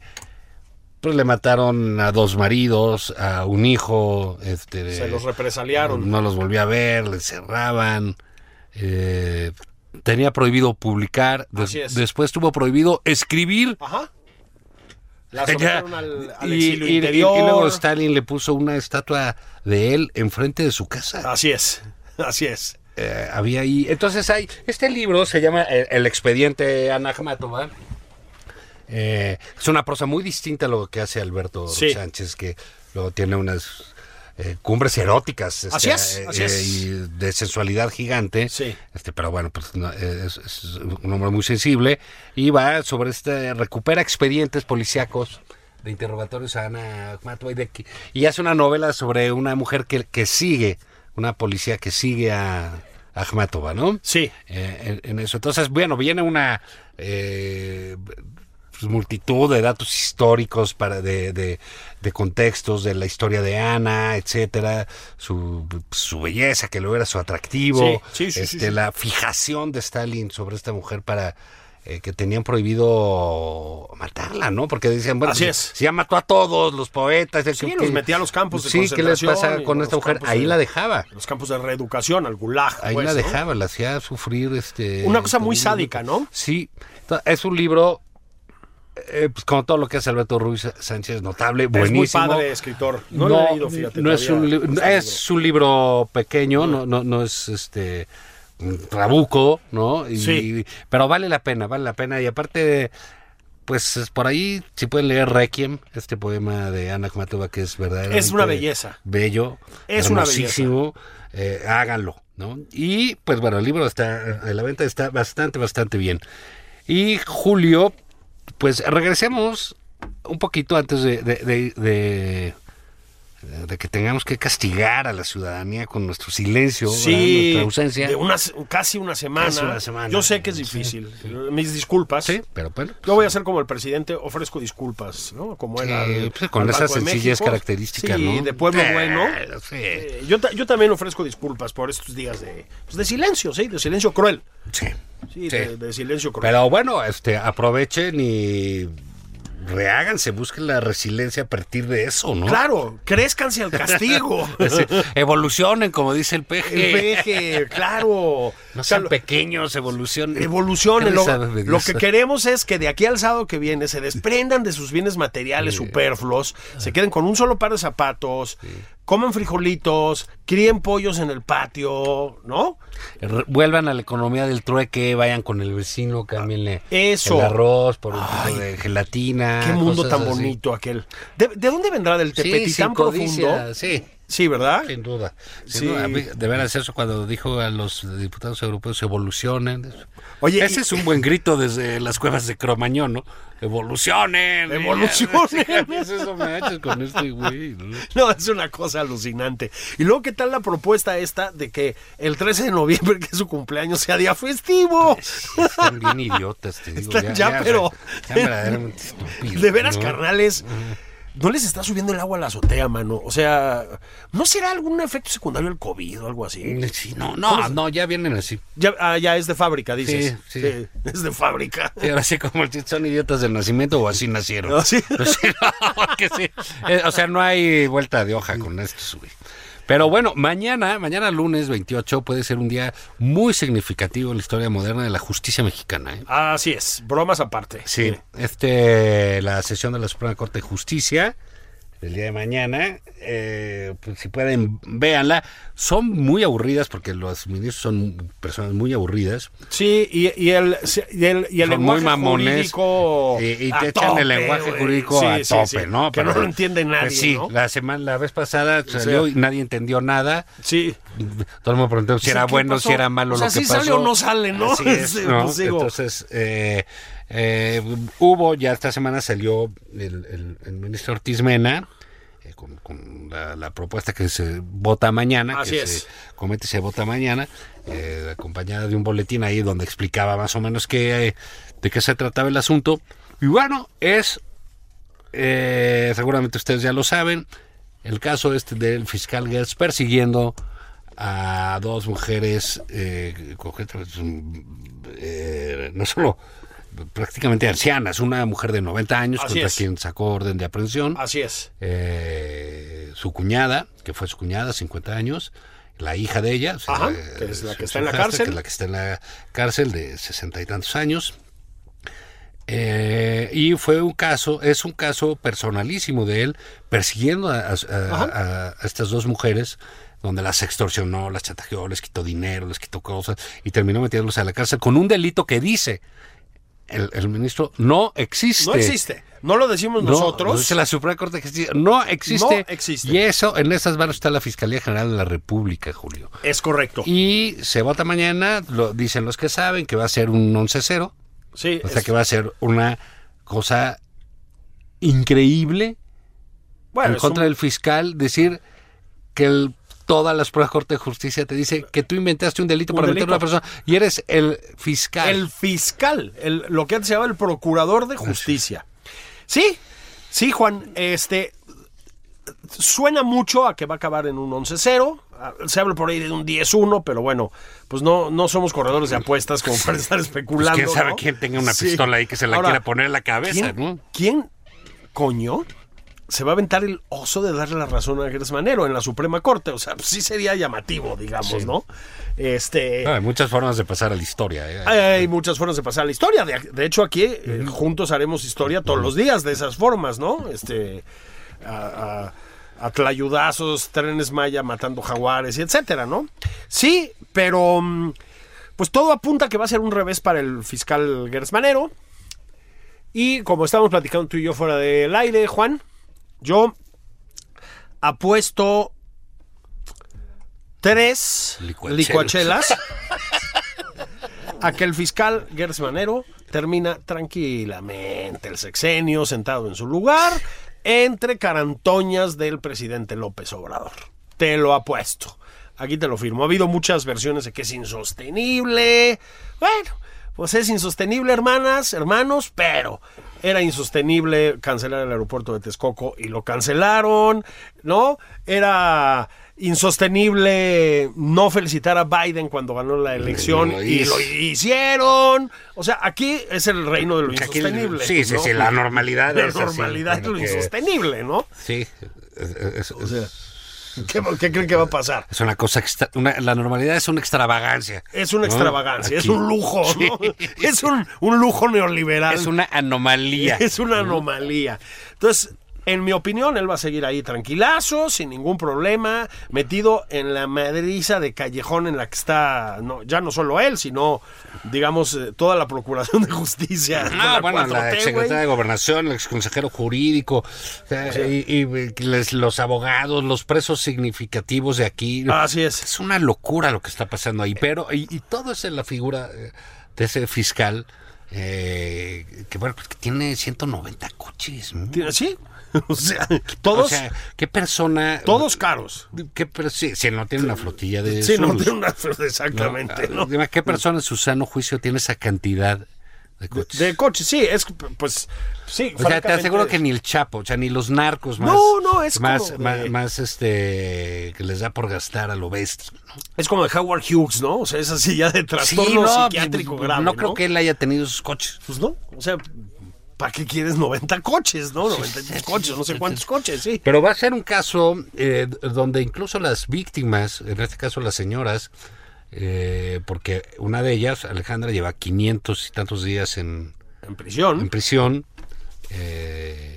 C: pues le mataron a dos maridos, a un hijo, este,
B: Se los represaliaron.
C: Pues no los volvía a ver, le cerraban. eh, tenía prohibido publicar. des-
B: Así es.
C: Después tuvo prohibido escribir.
B: Ajá. La
C: Ya,
B: sometieron al, al
C: y,
B: exilio
C: y- y- y
B: interior.
C: luego Stalin le puso una estatua de él enfrente de su casa.
B: Así es, así es.
C: Eh, había ahí. Entonces hay. Este libro se llama eh, El, expediente Ana Akhmatova. Eh, es una prosa muy distinta a lo que hace Alberto
B: Sí.
C: Sánchez, que luego tiene unas eh, cumbres eróticas este,
B: Así es, así es.
C: y de sensualidad gigante.
B: Sí.
C: Este, pero bueno, pues no, es, es un hombre muy sensible. Y va sobre este, recupera expedientes policíacos de interrogatorios a Ana Akhmatova y, de que- y hace una novela sobre una mujer que, que sigue, una policía que sigue a, a Akhmatova, ¿no?
B: Sí.
C: Eh, en, en eso. Entonces, bueno, viene una eh, pues, multitud de datos históricos para de, de- de contextos de la historia de Ana, etcétera, su, su belleza que lo era su atractivo,
B: Sí, sí, sí,
C: este,
B: sí, sí.
C: la fijación de Stalin sobre esta mujer para eh, que tenían prohibido matarla, ¿no? Porque decían, bueno,
B: Así
C: pues,
B: es.
C: si ya mató a todos los poetas,
B: Sí,
C: que-
B: los
C: que-
B: metía a los campos de
C: sí, ¿qué les
B: concentración
C: pasa
B: y
C: con
B: a
C: esta
B: los
C: mujer?
B: campos
C: Ahí
B: de-
C: la dejaba.
B: Los campos de reeducación, al gulag.
C: Ahí
B: pues,
C: la
B: ¿no?
C: dejaba, la hacía sufrir este.
B: Una cosa muy
C: terriblemente.
B: sádica, ¿no?
C: Sí. To- Es un libro, eh, pues como todo lo que hace Alberto Ruiz Sánchez, notable,
B: Es muy
C: buenísimo.
B: padre escritor. No, lo he leído, fíjate.
C: no es un
B: todavía,
C: libro,
B: este
C: es un libro
B: Mm.
C: pequeño, no, no, no es este un trabuco, ¿no? Y-
B: Sí.
C: Pero vale la pena, vale la pena. Y aparte, pues es por ahí, si pueden leer Requiem, este poema de Ana Akhmatova, que es verdadero.
B: Es una belleza.
C: Bello.
B: Es una
C: hermosísimo, eh, háganlo, ¿no? Y pues bueno, el libro está, a la venta está bastante, bastante bien. Y Julio, pues regresemos un poquito antes de, de- de- de- de que tengamos que castigar a la ciudadanía con nuestro silencio, ¿verdad?
B: Sí,
C: nuestra ausencia.
B: de unas- casi una semana.
C: Casi una semana.
B: Yo sé que es difícil. Mis disculpas.
C: Sí, pero bueno. eh,
B: Yo voy a ser como el presidente, ofrezco disculpas, ¿no? Como
C: Sí,
B: era. al-
C: pues, con
B: al
C: esas
B: Banco de
C: sencillas
B: México.
C: características,
B: Sí,
C: ¿no?
B: de pueblo
C: Eh,
B: bueno.
C: sí.
B: Eh, Yo, ta- yo también ofrezco disculpas por estos días de, pues, de silencio, sí, de silencio cruel.
C: Sí.
B: Sí,
C: Sí.
B: De, de silencio cruel.
C: Pero bueno, este, aprovechen y reháganse, busquen la resiliencia a partir de eso, ¿no?
B: Claro, crézcanse al castigo.
C: Sí, evolucionen, como dice el
B: El
C: peje.
B: peje, claro.
C: No
B: O sea,
C: sean
B: lo-
C: pequeños, evolucionen.
B: Evolucionen. Lo,
C: ¿Qué les sabe,
B: lo que
C: Dios?
B: queremos es que de aquí al sábado que viene se desprendan de sus bienes materiales superfluos,
C: Ah.
B: se queden con un solo par de zapatos, coman frijolitos, críen pollos en el patio, ¿no?
C: Re- Vuelvan a la economía del trueque, vayan con el vecino, cámbienle
B: Eso.
C: el arroz por un poco de gelatina.
B: Qué mundo
C: Ah, cosas
B: tan
C: así.
B: bonito aquel. ¿De, de dónde vendrá del
C: Sí,
B: tepetitán
C: sin
B: profundo?
C: codicia, Sí.
B: Sí, ¿verdad?
C: Sin duda. Sin
B: Sí.
C: duda. A mí, De veras, eso cuando dijo a los diputados europeos, evolucionen.
B: Oye,
C: Ese
B: y-
C: es un buen grito desde las cuevas de Cromañón, ¿no? Evolucionen.
B: Evolucionen.
C: ¿Qué es eso, me haces con este güey? ¿no?
B: No, es una cosa alucinante. Y luego, ¿qué tal la propuesta esta de que el 13 de noviembre, que es su cumpleaños, sea día festivo?
C: Sí, Están bien idiotas, te digo.
B: Están ya, pero-
C: están verdaderamente estúpidos.
B: De veras,
C: ¿no?
B: carnales. No les está subiendo el agua a la azotea, mano. O sea, ¿no será algún efecto secundario del COVID o algo así?
C: Sí, no, no, no, ya vienen así.
B: Ya, ah, ya es de fábrica, dices.
C: Sí, sí.
B: es de fábrica.
C: Y ahora sí, como el chiste, son idiotas del nacimiento o así nacieron.
B: No, sí.
C: Pues sí, no, porque sí. Eh, O sea, no hay vuelta de hoja con esto, güey. Pero bueno, mañana, mañana lunes 28, puede ser un día muy significativo en la historia moderna de la justicia mexicana. ¿eh?
B: Así es, bromas aparte.
C: Sí, este, la sesión de la Suprema Corte de Justicia el día de mañana. Eh, pues, si pueden, véanla. Son muy aburridas porque los ministros son personas muy aburridas.
B: Sí, y, y el, y el, y el
C: Son
B: lenguaje
C: muy mamones.
B: jurídico.
C: Y, y
B: a
C: te echan
B: tope,
C: el lenguaje
B: güey.
C: jurídico
B: Sí,
C: a
B: sí,
C: tope,
B: sí,
C: ¿no?
B: Que no lo entiende nadie.
C: Pues sí,
B: ¿no?
C: la semana, la vez pasada salió y nadie entendió nada.
B: Sí.
C: Todo el mundo preguntó si
B: Sí,
C: era
B: ¿qué
C: bueno,
B: pasó?
C: si era malo
B: O sea,
C: lo que
B: sí
C: pasó.
B: sale o no sale, ¿no?
C: Así es,
B: Sí,
C: ¿no?
B: pues digo.
C: Entonces, eh, eh, hubo, ya esta semana salió el, el- el ministro Ortiz Mena eh, con, con la, la propuesta que se vota mañana,
B: Así
C: que
B: es.
C: se comete y se vota mañana, eh, acompañada de un boletín ahí donde explicaba más o menos qué, eh, de qué se trataba el asunto. Y bueno, es eh, seguramente ustedes ya lo saben, el caso este del fiscal Gertz persiguiendo a dos mujeres, eh, concretamente, mm, eh, no solo prácticamente ancianas, una mujer de 90 años
B: Así
C: contra
B: es.
C: quien sacó orden de aprehensión,
B: Así es.
C: eh, su cuñada, que fue su cuñada, 50 años, la hija de ella, o sea,
B: Ajá,
C: eh,
B: que es la que está
C: su-
B: en la
C: su hijastra,
B: cárcel.
C: que es la que está en la cárcel de sesenta y tantos años. Eh, y fue un caso, es un caso personalísimo de él, persiguiendo a, a- a- a- a estas dos mujeres, donde las extorsionó, las chantajeó, les quitó dinero, les quitó cosas, y terminó metiéndolos a la cárcel con un delito que dice el, el ministro no existe.
B: No existe. No lo decimos
C: este, No, lo
B: nosotros.
C: dice la Suprema Corte de Justicia. No existe.
B: No existe.
C: Y eso, en esas manos está la Fiscalía General de la República, Julio.
B: Es correcto.
C: Y se vota mañana, lo dicen los que saben, que va a ser un 11-0.
B: sí,
C: O sea
B: es-
C: que va a ser una cosa increíble
B: bueno,
C: en
B: es
C: contra
B: un-
C: del fiscal decir que el- todas las pruebas de Corte de Justicia te dice que tú inventaste un delito
B: Un
C: para meter a una
B: delito.
C: persona y eres el fiscal.
B: el fiscal, el- lo que antes se llamaba el procurador de justicia. Sí, sí, Juan, este suena mucho a que va a acabar en un 11-0. Ah, Se habla por ahí de un 10-1, pero bueno, pues no, no somos corredores de apuestas como para estar
C: Pues
B: especulando.
C: quién sabe
B: ¿no?
C: quién tenga una
B: Sí.
C: pistola ahí que se la
B: Ahora,
C: quiera poner en la cabeza,
B: ¿quién,
C: ¿no?
B: quién, coño se va a aventar el oso de darle la razón a Gers Manero en la Suprema Corte? O sea, pues sí sería llamativo, digamos, ¿no? Este.
C: No, hay muchas formas de pasar a la historia. ¿eh?
B: Hay, hay muchas formas de pasar la historia. De, de hecho, aquí eh, juntos haremos historia todos los días de esas formas, ¿no? Este. A, a- a tlayudazos, trenes maya matando jaguares y etcétera, ¿no? Sí, pero. mm, Pues todo apunta a que va a ser un revés para el fiscal Gersmanero. Y como estábamos platicando tú y yo fuera del aire, Juan, yo apuesto tres
C: Licuachelas.
B: licuachelas a que el fiscal Gersmanero termina tranquilamente el sexenio sentado en su lugar entre carantoñas del presidente López Obrador. Te lo apuesto. Aquí te lo firmo. Ha habido muchas versiones de que es insostenible. Bueno, pues es insostenible, hermanas, hermanos, pero era insostenible cancelar el aeropuerto de Texcoco y lo cancelaron, ¿no? Era insostenible no felicitar a Biden cuando ganó la elección
C: Lo
B: y lo
C: hizo.
B: hicieron. O sea, aquí es el reino de lo
C: Que aquí-
B: insostenible.
C: sí, sí,
B: ¿no?
C: sí, la normalidad
B: La
C: es así,
B: normalidad es
C: como
B: lo
C: que-
B: insostenible, ¿no?
C: Sí, es, es-
B: O sea, ¿qué, qué creen que va a pasar?
C: es una cosa extra- una- la normalidad es una extravagancia.
B: Es una
C: ¿no?
B: extravagancia, es
C: Aquí.
B: un lujo,
C: Sí.
B: ¿no? Es un, un lujo neoliberal.
C: Es una anomalía.
B: Es una anomalía. Entonces, en mi opinión, él va a seguir ahí tranquilazo, sin ningún problema, metido en la madriza de callejón en la que está, no, ya no solo él, sino, digamos, eh, toda la Procuración de Justicia. de
C: No,
B: la
C: Ah, bueno, la
B: 4T,
C: exsecretaria
B: güey.
C: de Gobernación, el exconsejero jurídico, o sea, y, y les- los abogados, los presos significativos de aquí.
B: Así es.
C: Es una locura lo que está pasando ahí, pero y, y todo es en la figura eh, de ese fiscal eh, que, bueno, pues, que tiene 190 coches. ¿no?
B: Tiene- Sí, o sea, todos,
C: O sea, ¿qué persona?
B: todos caros.
C: ¿Qué per- sí, sí, no tiene una flotilla de
B: Sí, no
C: Zulus,
B: tiene una
C: ¿no?
B: exactamente, ¿no?
C: Dime, ¿Qué persona en su sano juicio tiene esa cantidad de coches?
B: De coches, sí, es pues sí.
C: o sea, te aseguro
B: francamente-
C: que ni el Chapo, o sea, ni los narcos más.
B: No, no, es
C: más,
B: como de-
C: más, más, este que les da por gastar a lo bestia. ¿no?
B: Es como de Howard Hughes, ¿no? O sea, es así ya de trastorno psiquiátrico
C: pues,
B: grave.
C: no creo que él haya tenido esos coches.
B: Pues no, o sea, ¿para qué quieres 90 coches, no? 90 coches, no sé cuántos coches, sí.
C: Pero va a ser un caso eh, donde incluso las víctimas, en este caso las señoras, eh, porque una de ellas, Alejandra, lleva 500 y tantos días en,
B: En
C: en
B: prisión.
C: prisión. eh,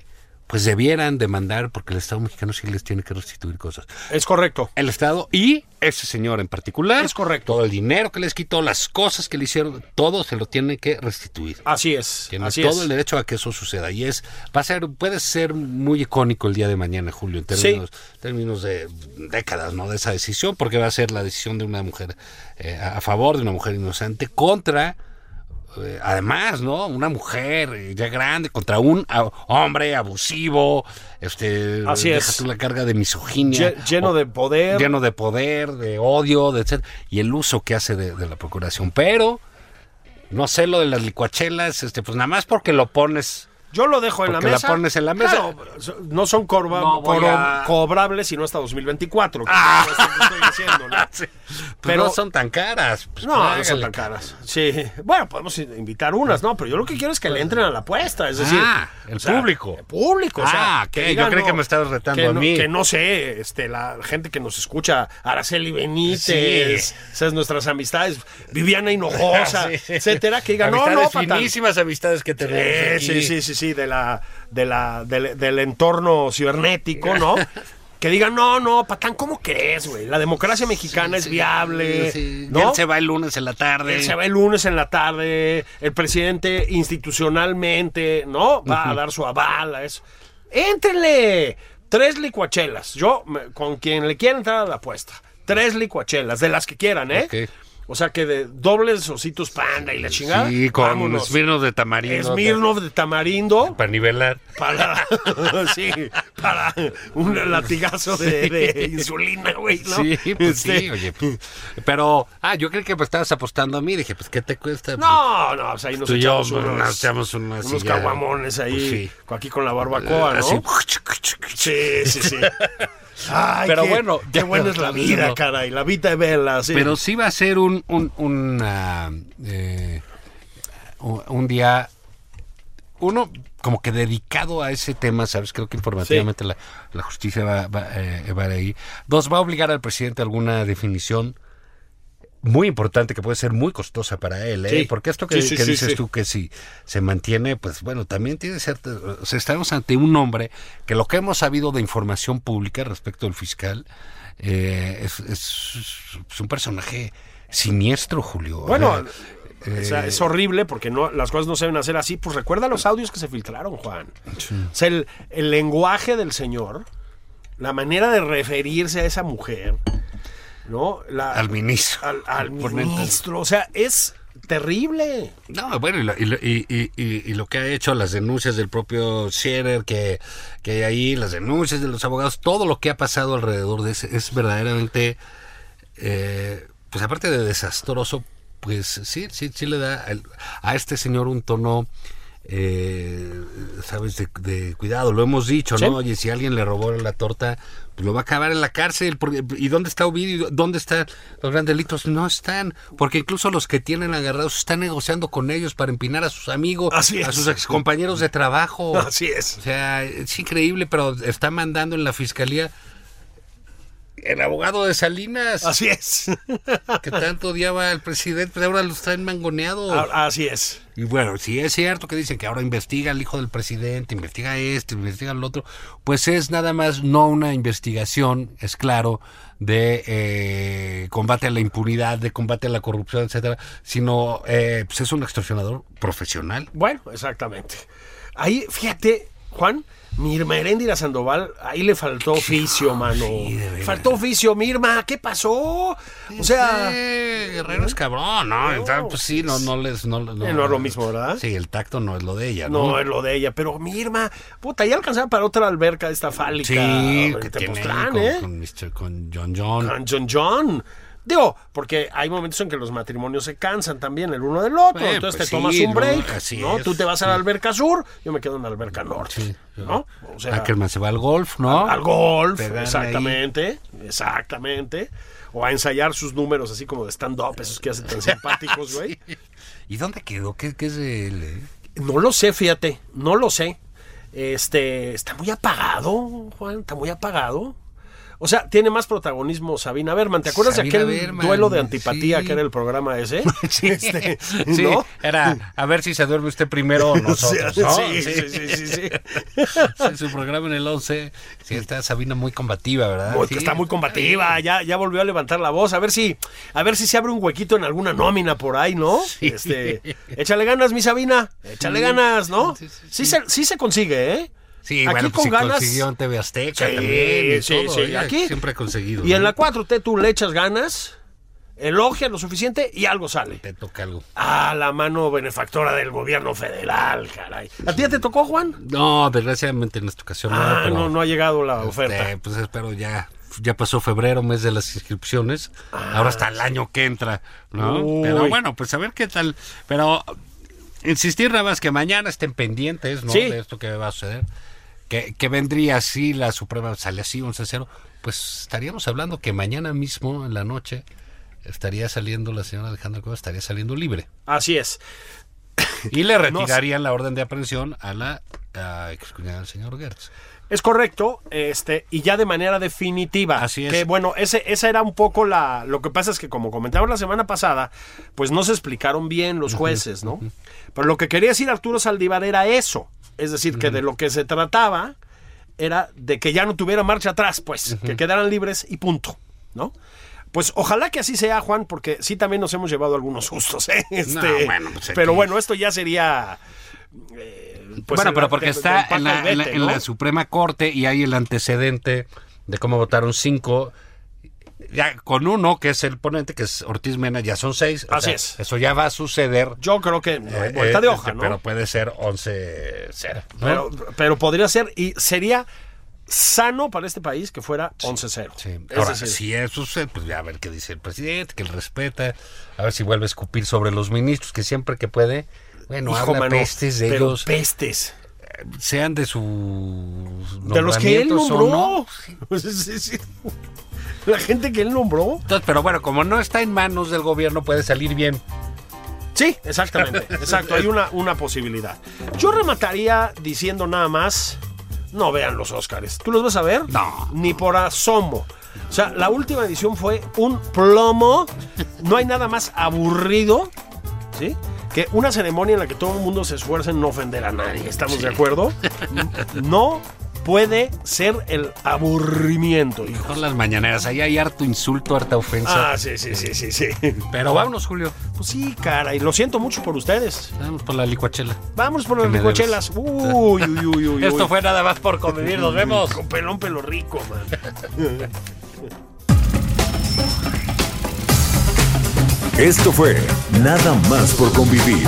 C: pues debieran demandar porque el Estado mexicano sí les tiene que restituir cosas.
B: Es correcto.
C: El Estado y ese señor en particular.
B: Es correcto.
C: Todo el dinero que les quitó, las cosas que le hicieron, todo se lo tiene que restituir.
B: Así es.
C: Tiene
B: así
C: todo
B: es.
C: el derecho a que eso suceda. Y es, va a ser, puede ser muy icónico el día de mañana, Julio, en términos, términos de décadas, ¿no? De esa decisión, porque va a ser la decisión de una mujer eh, a favor de una mujer inocente contra. eh, Además, ¿no? Una mujer eh, ya grande contra un a- hombre abusivo, este,
B: Así
C: deja
B: es.
C: tú la carga de misoginia,
B: Lle- lleno
C: o-
B: de poder.
C: lleno de poder, de odio, de etc. Y el uso que hace de, de la procuración. Pero, no sé, lo de las licuachelas, este, pues nada más porque lo pones.
B: Yo lo dejo en la
C: Porque la
B: mesa.
C: pones en la mesa.
B: Claro, so- no son corba-
C: No voy
B: coro-
C: a-
B: cobrables sino hasta 2024. que es lo que estoy diciendo, ¿no? Pero-
C: Pero Ah. Pues no son tan caras. pues,
B: No, no son
C: págale,
B: tan
C: cabrón.
B: caras. Sí. Bueno, podemos in- invitar unas, ¿no? Pero yo lo que quiero es que le entren a la apuesta. Es decir,
C: Ah, el público.
B: El público. o sea,
C: Ah, ok, yo
B: digan,
C: creí que
B: no,
C: me estabas retando
B: que
C: a
B: no-
C: mí.
B: Que no sé, este, la gente que nos escucha, Araceli Benítez,
C: Sí.
B: esas nuestras amistades, Viviana Hinojosa,
C: Sí.
B: etcétera, que digan, no,
C: amistades
B: no, patán.
C: finísimas amistades que tenemos.
B: Eh,
C: aquí.
B: sí, sí, sí, sí, de la, de la, del, del entorno cibernético, ¿no? Que digan, no, no, Patán, ¿cómo crees, güey? La democracia mexicana es
C: Sí,
B: viable,
C: sí. Y
B: ¿no?
C: Él se va el lunes en la tarde.
B: Él se va el lunes en la tarde, el presidente institucionalmente, ¿no? Va a dar su aval a eso. ¡Éntrenle! Tres licuachelas. Yo, me- con quien le quiera entrar a la apuesta. Tres licuachelas, de las que quieran, ¿eh?
C: Ok.
B: O sea, que de dobles ositos panda y la chingada.
C: Sí, con
B: vámonos.
C: Smirnoff de tamarindo.
B: Smirnoff de tamarindo
C: Para nivelar.
B: para, sí, para un latigazo de, de insulina, güey, ¿no?
C: Sí, pues
B: Este,
C: sí, oye. pues. Pero, ah, yo creí que me estabas apostando a mí. Dije, pues, ¿qué te cuesta?
B: No, no, pues ahí nos
C: Tú y yo
B: echamos
C: pues,
B: unos,
C: nos echamos unas y
B: unos
C: ya.
B: caguamones ahí,
C: Pues sí. Eh,
B: aquí con la barbacoa, ¿no?
C: Así.
B: Sí, sí, sí. Ay,
C: Pero
B: qué,
C: bueno,
B: qué
C: ya-
B: buena es la vida, caray, la vida de vela, sí.
C: Pero sí va a ser un, un, una, eh, un- un día, uno como que dedicado a ese tema, ¿sabes? Creo que informativamente la, la justicia va, va, eh, va ahí. Dos, va a obligar al presidente a alguna definición muy importante que puede ser muy costosa para él, ¿eh?
B: Sí.
C: Porque esto que,
B: Sí, sí,
C: que
B: sí,
C: dices
B: sí.
C: tú que si se mantiene, pues bueno, también tiene cierta... O sea, estamos ante un hombre que lo que hemos sabido de información pública respecto al fiscal eh, es, es- es un personaje siniestro, Julio. O
B: bueno,
C: sea,
B: o sea, es horrible porque no, las cosas no se deben hacer así. Pues recuerda los audios que se filtraron, Juan. O sea, el, el lenguaje del señor, la manera de referirse a esa mujer, ¿no? La-
C: al ministro.
B: al, al
C: Ponente.
B: ministro. O sea, es terrible.
C: No, bueno, y lo, y lo- y- y- y- y lo que ha hecho, las denuncias del propio Scherer, que, que hay ahí, las denuncias de los abogados, todo lo que ha pasado alrededor de ese, es verdaderamente, eh, pues aparte de desastroso, pues sí, sí, sí le da al- a este señor un tono, eh, sabes, de, de cuidado, lo hemos dicho,
B: Sí.
C: ¿no? Oye, si alguien le robó la torta, pues lo va a acabar en la cárcel. porque- ¿Y dónde está Ovidio? ¿Dónde están los grandes delitos? No están, porque incluso los que tienen agarrados están negociando con ellos para empinar a sus amigos,
B: Así
C: a
B: es.
C: sus excompañeros de trabajo.
B: Así es.
C: O sea, es increíble, pero está mandando en la fiscalía el abogado de Salinas,
B: Así es.
C: que tanto odiaba al presidente, pero ahora lo están mangoneado.
B: A- Así es.
C: Y bueno, si es cierto que dicen que ahora investiga al hijo del presidente, investiga este, investiga al otro, pues es nada más no una investigación, es claro, de eh, combate a la impunidad, de combate a la corrupción, etcétera, sino eh, pues es un extorsionador profesional.
B: Bueno, exactamente. Ahí, fíjate, Juan, Mirma Heréndira Sandoval, ahí le faltó oficio, mano.
C: sí, de veras. Pues
B: faltó oficio, Mirma, ¿qué pasó? O sea,
C: Sí, Guerrero es cabrón, ¿no? Entonces, pues sí, no, no les. No,
B: Eh, no es lo mismo, ¿verdad?
C: Sí, el tacto no es lo de ella, ¿no?
B: no es lo de ella, pero Mirma, puta, ya alcanzaba para otra alberca esta fálica.
C: Sí,
B: en
C: que tiene ahí
B: Tepoztlán,
C: con,
B: ¿eh?
C: con Mr. con John John.
B: Con John John. Digo, porque hay momentos en que los matrimonios se cansan también el uno del otro,
C: Bueno,
B: entonces
C: pues
B: te tomas
C: sí,
B: un
C: ¿no?
B: break,
C: Así
B: ¿no?
C: es,
B: Tú te vas a
C: sí.
B: la alberca sur, yo me quedo en la alberca norte,
C: Sí,
B: ¿no? O sea,
C: Ackerman se va al golf, ¿no?
B: al golf,
C: Pegarle ahí.
B: exactamente, exactamente, o a ensayar sus números así como de stand-up, esos que hacen tan simpáticos, güey.
C: ¿Y dónde quedó? ¿Qué, qué es el...? eh?
B: No lo sé, fíjate, no lo sé. Este, está muy apagado, Juan, está muy apagado. O sea, tiene más protagonismo Sabina Berman. ¿Te acuerdas
C: Sabina
B: de aquel
C: Berman,
B: duelo de antipatía
C: sí.
B: que era el programa ese? Este,
C: Sí,
B: ¿no?
C: era a ver si se duerme usted primero o nosotros,
B: Sí,
C: ¿no?
B: sí, sí, sí, sí, sí.
C: En su programa en el 11, sí, está Sabina muy combativa, ¿verdad?
B: Muy-
C: Sí,
B: Pues está muy combativa, ya, ya volvió a levantar la voz. A ver si, a ver si se abre un huequito en alguna nómina por ahí, ¿no? Este, échale ganas, mi Sabina. Échale ganas, ¿no? Sí,
C: Sí, sí,
B: se, sí se consigue, ¿eh?
C: Sí,
B: Aquí
C: bueno, pues
B: con
C: sí
B: ganas.
C: consiguió en TV Azteca
B: Sí,
C: también. y
B: sí,
C: todo,
B: sí,
C: ella
B: aquí.
C: Siempre ha conseguido.
B: Y en
C: ¿no?
B: la 4T tú le echas ganas, elogia lo suficiente y algo sale.
C: Te toca algo.
B: Ah, la mano benefactora del gobierno federal, caray. ¿A ti ya te tocó, Juan?
C: No, desgraciadamente en esta ocasión
B: Ah,
C: pero,
B: no, no ha llegado la
C: este,
B: oferta.
C: pues espero ya. Ya pasó febrero, mes de las inscripciones. Ahora está el año que entra, ¿no?
B: Ah, Uy.
C: Pero bueno, pues a ver qué tal. Pero insistir nada más que mañana estén pendientes, ¿no?
B: Sí.
C: De esto que va a suceder. Que, que vendría si la Suprema sale así, 11-0. Pues estaríamos hablando que mañana mismo, en la noche, estaría saliendo la señora Alejandra Cuevas, estaría saliendo libre.
B: Así es.
C: Y le retirarían la orden de aprehensión a la a excuñada del señor Gertz.
B: Es correcto, este, y ya de manera definitiva.
C: Así es.
B: Que bueno, ese, esa era un poco la. Lo que pasa es que, como comentaba la semana pasada, pues no se explicaron bien los jueces, ¿no? Pero lo que quería decir Arturo Saldívar era eso. Es decir, que de lo que se trataba era de que ya no tuviera marcha atrás, pues, que quedaran libres y punto, ¿no? Pues ojalá que así sea, Juan, porque sí también nos hemos llevado algunos sustos, ¿eh? Este,
C: bueno, pues, aquí-
B: pero bueno, esto ya sería. eh, pues,
C: bueno,
B: el-
C: pero porque
B: de-
C: está
B: del
C: en la,
B: paca y
C: en la-
B: vete,
C: en la
B: ¿no?
C: Suprema Corte y hay el antecedente de cómo votaron cinco. Ya con uno, que es el ponente, que es Ortiz Mena, ya son seis. O
B: Así es.
C: Eso ya va a suceder.
B: Yo creo que no, hay vuelta
C: Eh,
B: de
C: eh,
B: hoja, ¿no?
C: Pero
B: Pero,
C: puede ser 11-0. ¿no?
B: pero podría ser y sería sano para este país que fuera 11-0.
C: Sí.
B: Es
C: Ahora,
B: decir,
C: si eso sucede, pues ya a ver qué dice el presidente, que él respeta, a ver si vuelve a escupir sobre los ministros, que siempre que puede, bueno,
B: hijo,
C: habla
B: mano,
C: pestes de
B: pero
C: ellos,
B: pestes.
C: sean de su
B: De los que él nombró.
C: No.
B: Sí, sí, sí. La gente que él nombró.
C: Entonces, pero bueno, como no está en manos del gobierno, puede salir bien.
B: Sí, exactamente. Exacto, hay una, una posibilidad. Yo remataría diciendo nada más, no vean los Óscares. ¿Tú los vas a ver?
C: No.
B: Ni por asomo. O sea, la última edición fue un plomo. No hay nada más aburrido, ¿sí? Que una ceremonia en la que todo el mundo se esfuerza en no ofender a nadie. ¿Estamos de acuerdo? No puede ser el aburrimiento, hijo.
C: Mejor las mañaneras, ahí hay harto insulto, harta ofensa.
B: Ah, sí, sí, sí, sí, sí.
C: pero vámonos, Julio.
B: Pues sí, cara, y lo siento mucho por ustedes.
C: Vamos por la licuachela.
B: Vamos por las
C: Que me
B: licuachelas. Uy, uy, uy, uy.
C: Esto
B: uy.
C: fue nada más por convivir, nos vemos.
B: Con pelón pelo rico, man.
A: Esto fue Nada más por convivir.